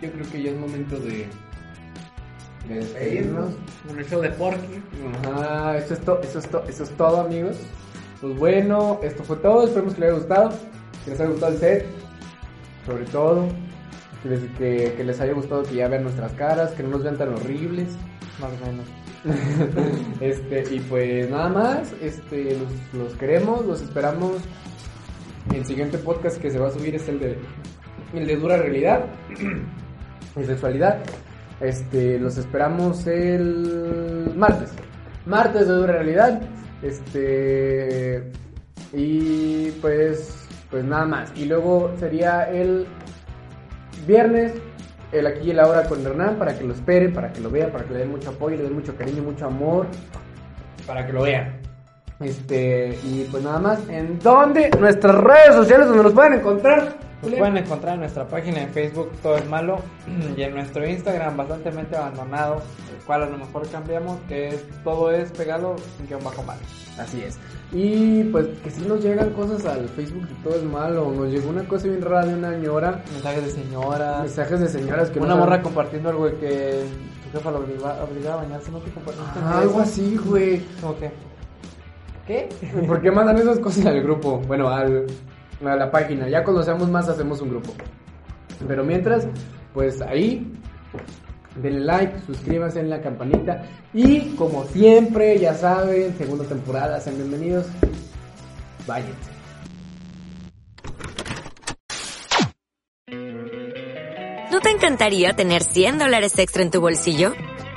Speaker 1: Yo creo que ya es momento de... De despedirnos.
Speaker 2: Un hecho de porky.
Speaker 1: Ajá, eso es, to- eso, es to- eso es todo, amigos. Pues bueno, esto fue todo. Esperemos que les haya gustado. Que les haya gustado el set. Sobre todo. Que les, que- que les haya gustado que ya vean nuestras caras. Que no nos vean tan horribles.
Speaker 2: Más o menos.
Speaker 1: *laughs* Este, y pues nada más, este, los, los queremos, los esperamos. El siguiente podcast que se va a subir es el de el de dura realidad y sexualidad. Este, los esperamos el martes. Martes de dura realidad. Este y pues pues nada más. Y luego sería el viernes el aquí y el ahora con Hernán para que lo espere, para que lo vea, para que le den mucho apoyo, le den mucho cariño, mucho amor, para que lo vea. Este, y pues nada más, ¿en dónde? Nuestras redes sociales donde nos pueden encontrar.
Speaker 5: Nos pueden encontrar en nuestra página en Facebook Todo es Malo y en nuestro Instagram bastante abandonado, el cual a lo mejor cambiamos, que es Todo es Pegado guión bajo malo.
Speaker 1: Así es. Y pues que si nos llegan cosas al Facebook de todo es malo, nos llegó una cosa bien rara de una ñora,
Speaker 5: Mensajes de señora,
Speaker 1: mensajes de señoras que no
Speaker 5: una
Speaker 1: saben-
Speaker 5: morra compartiendo algo de que su jefa la obliga- obligaba a bañarse, no te compartiste.
Speaker 1: Ah, algo así, güey.
Speaker 5: Como que, ¿Qué?
Speaker 1: ¿Por qué mandan esas cosas al grupo? Bueno, al, a la página. Ya cuando seamos más hacemos un grupo. Pero mientras, pues ahí, denle like, suscríbanse en la campanita. Y como siempre, ya saben, segunda temporada, sean bienvenidos. Váyanse.
Speaker 6: ¿No te encantaría tener 100 dólares extra en tu bolsillo?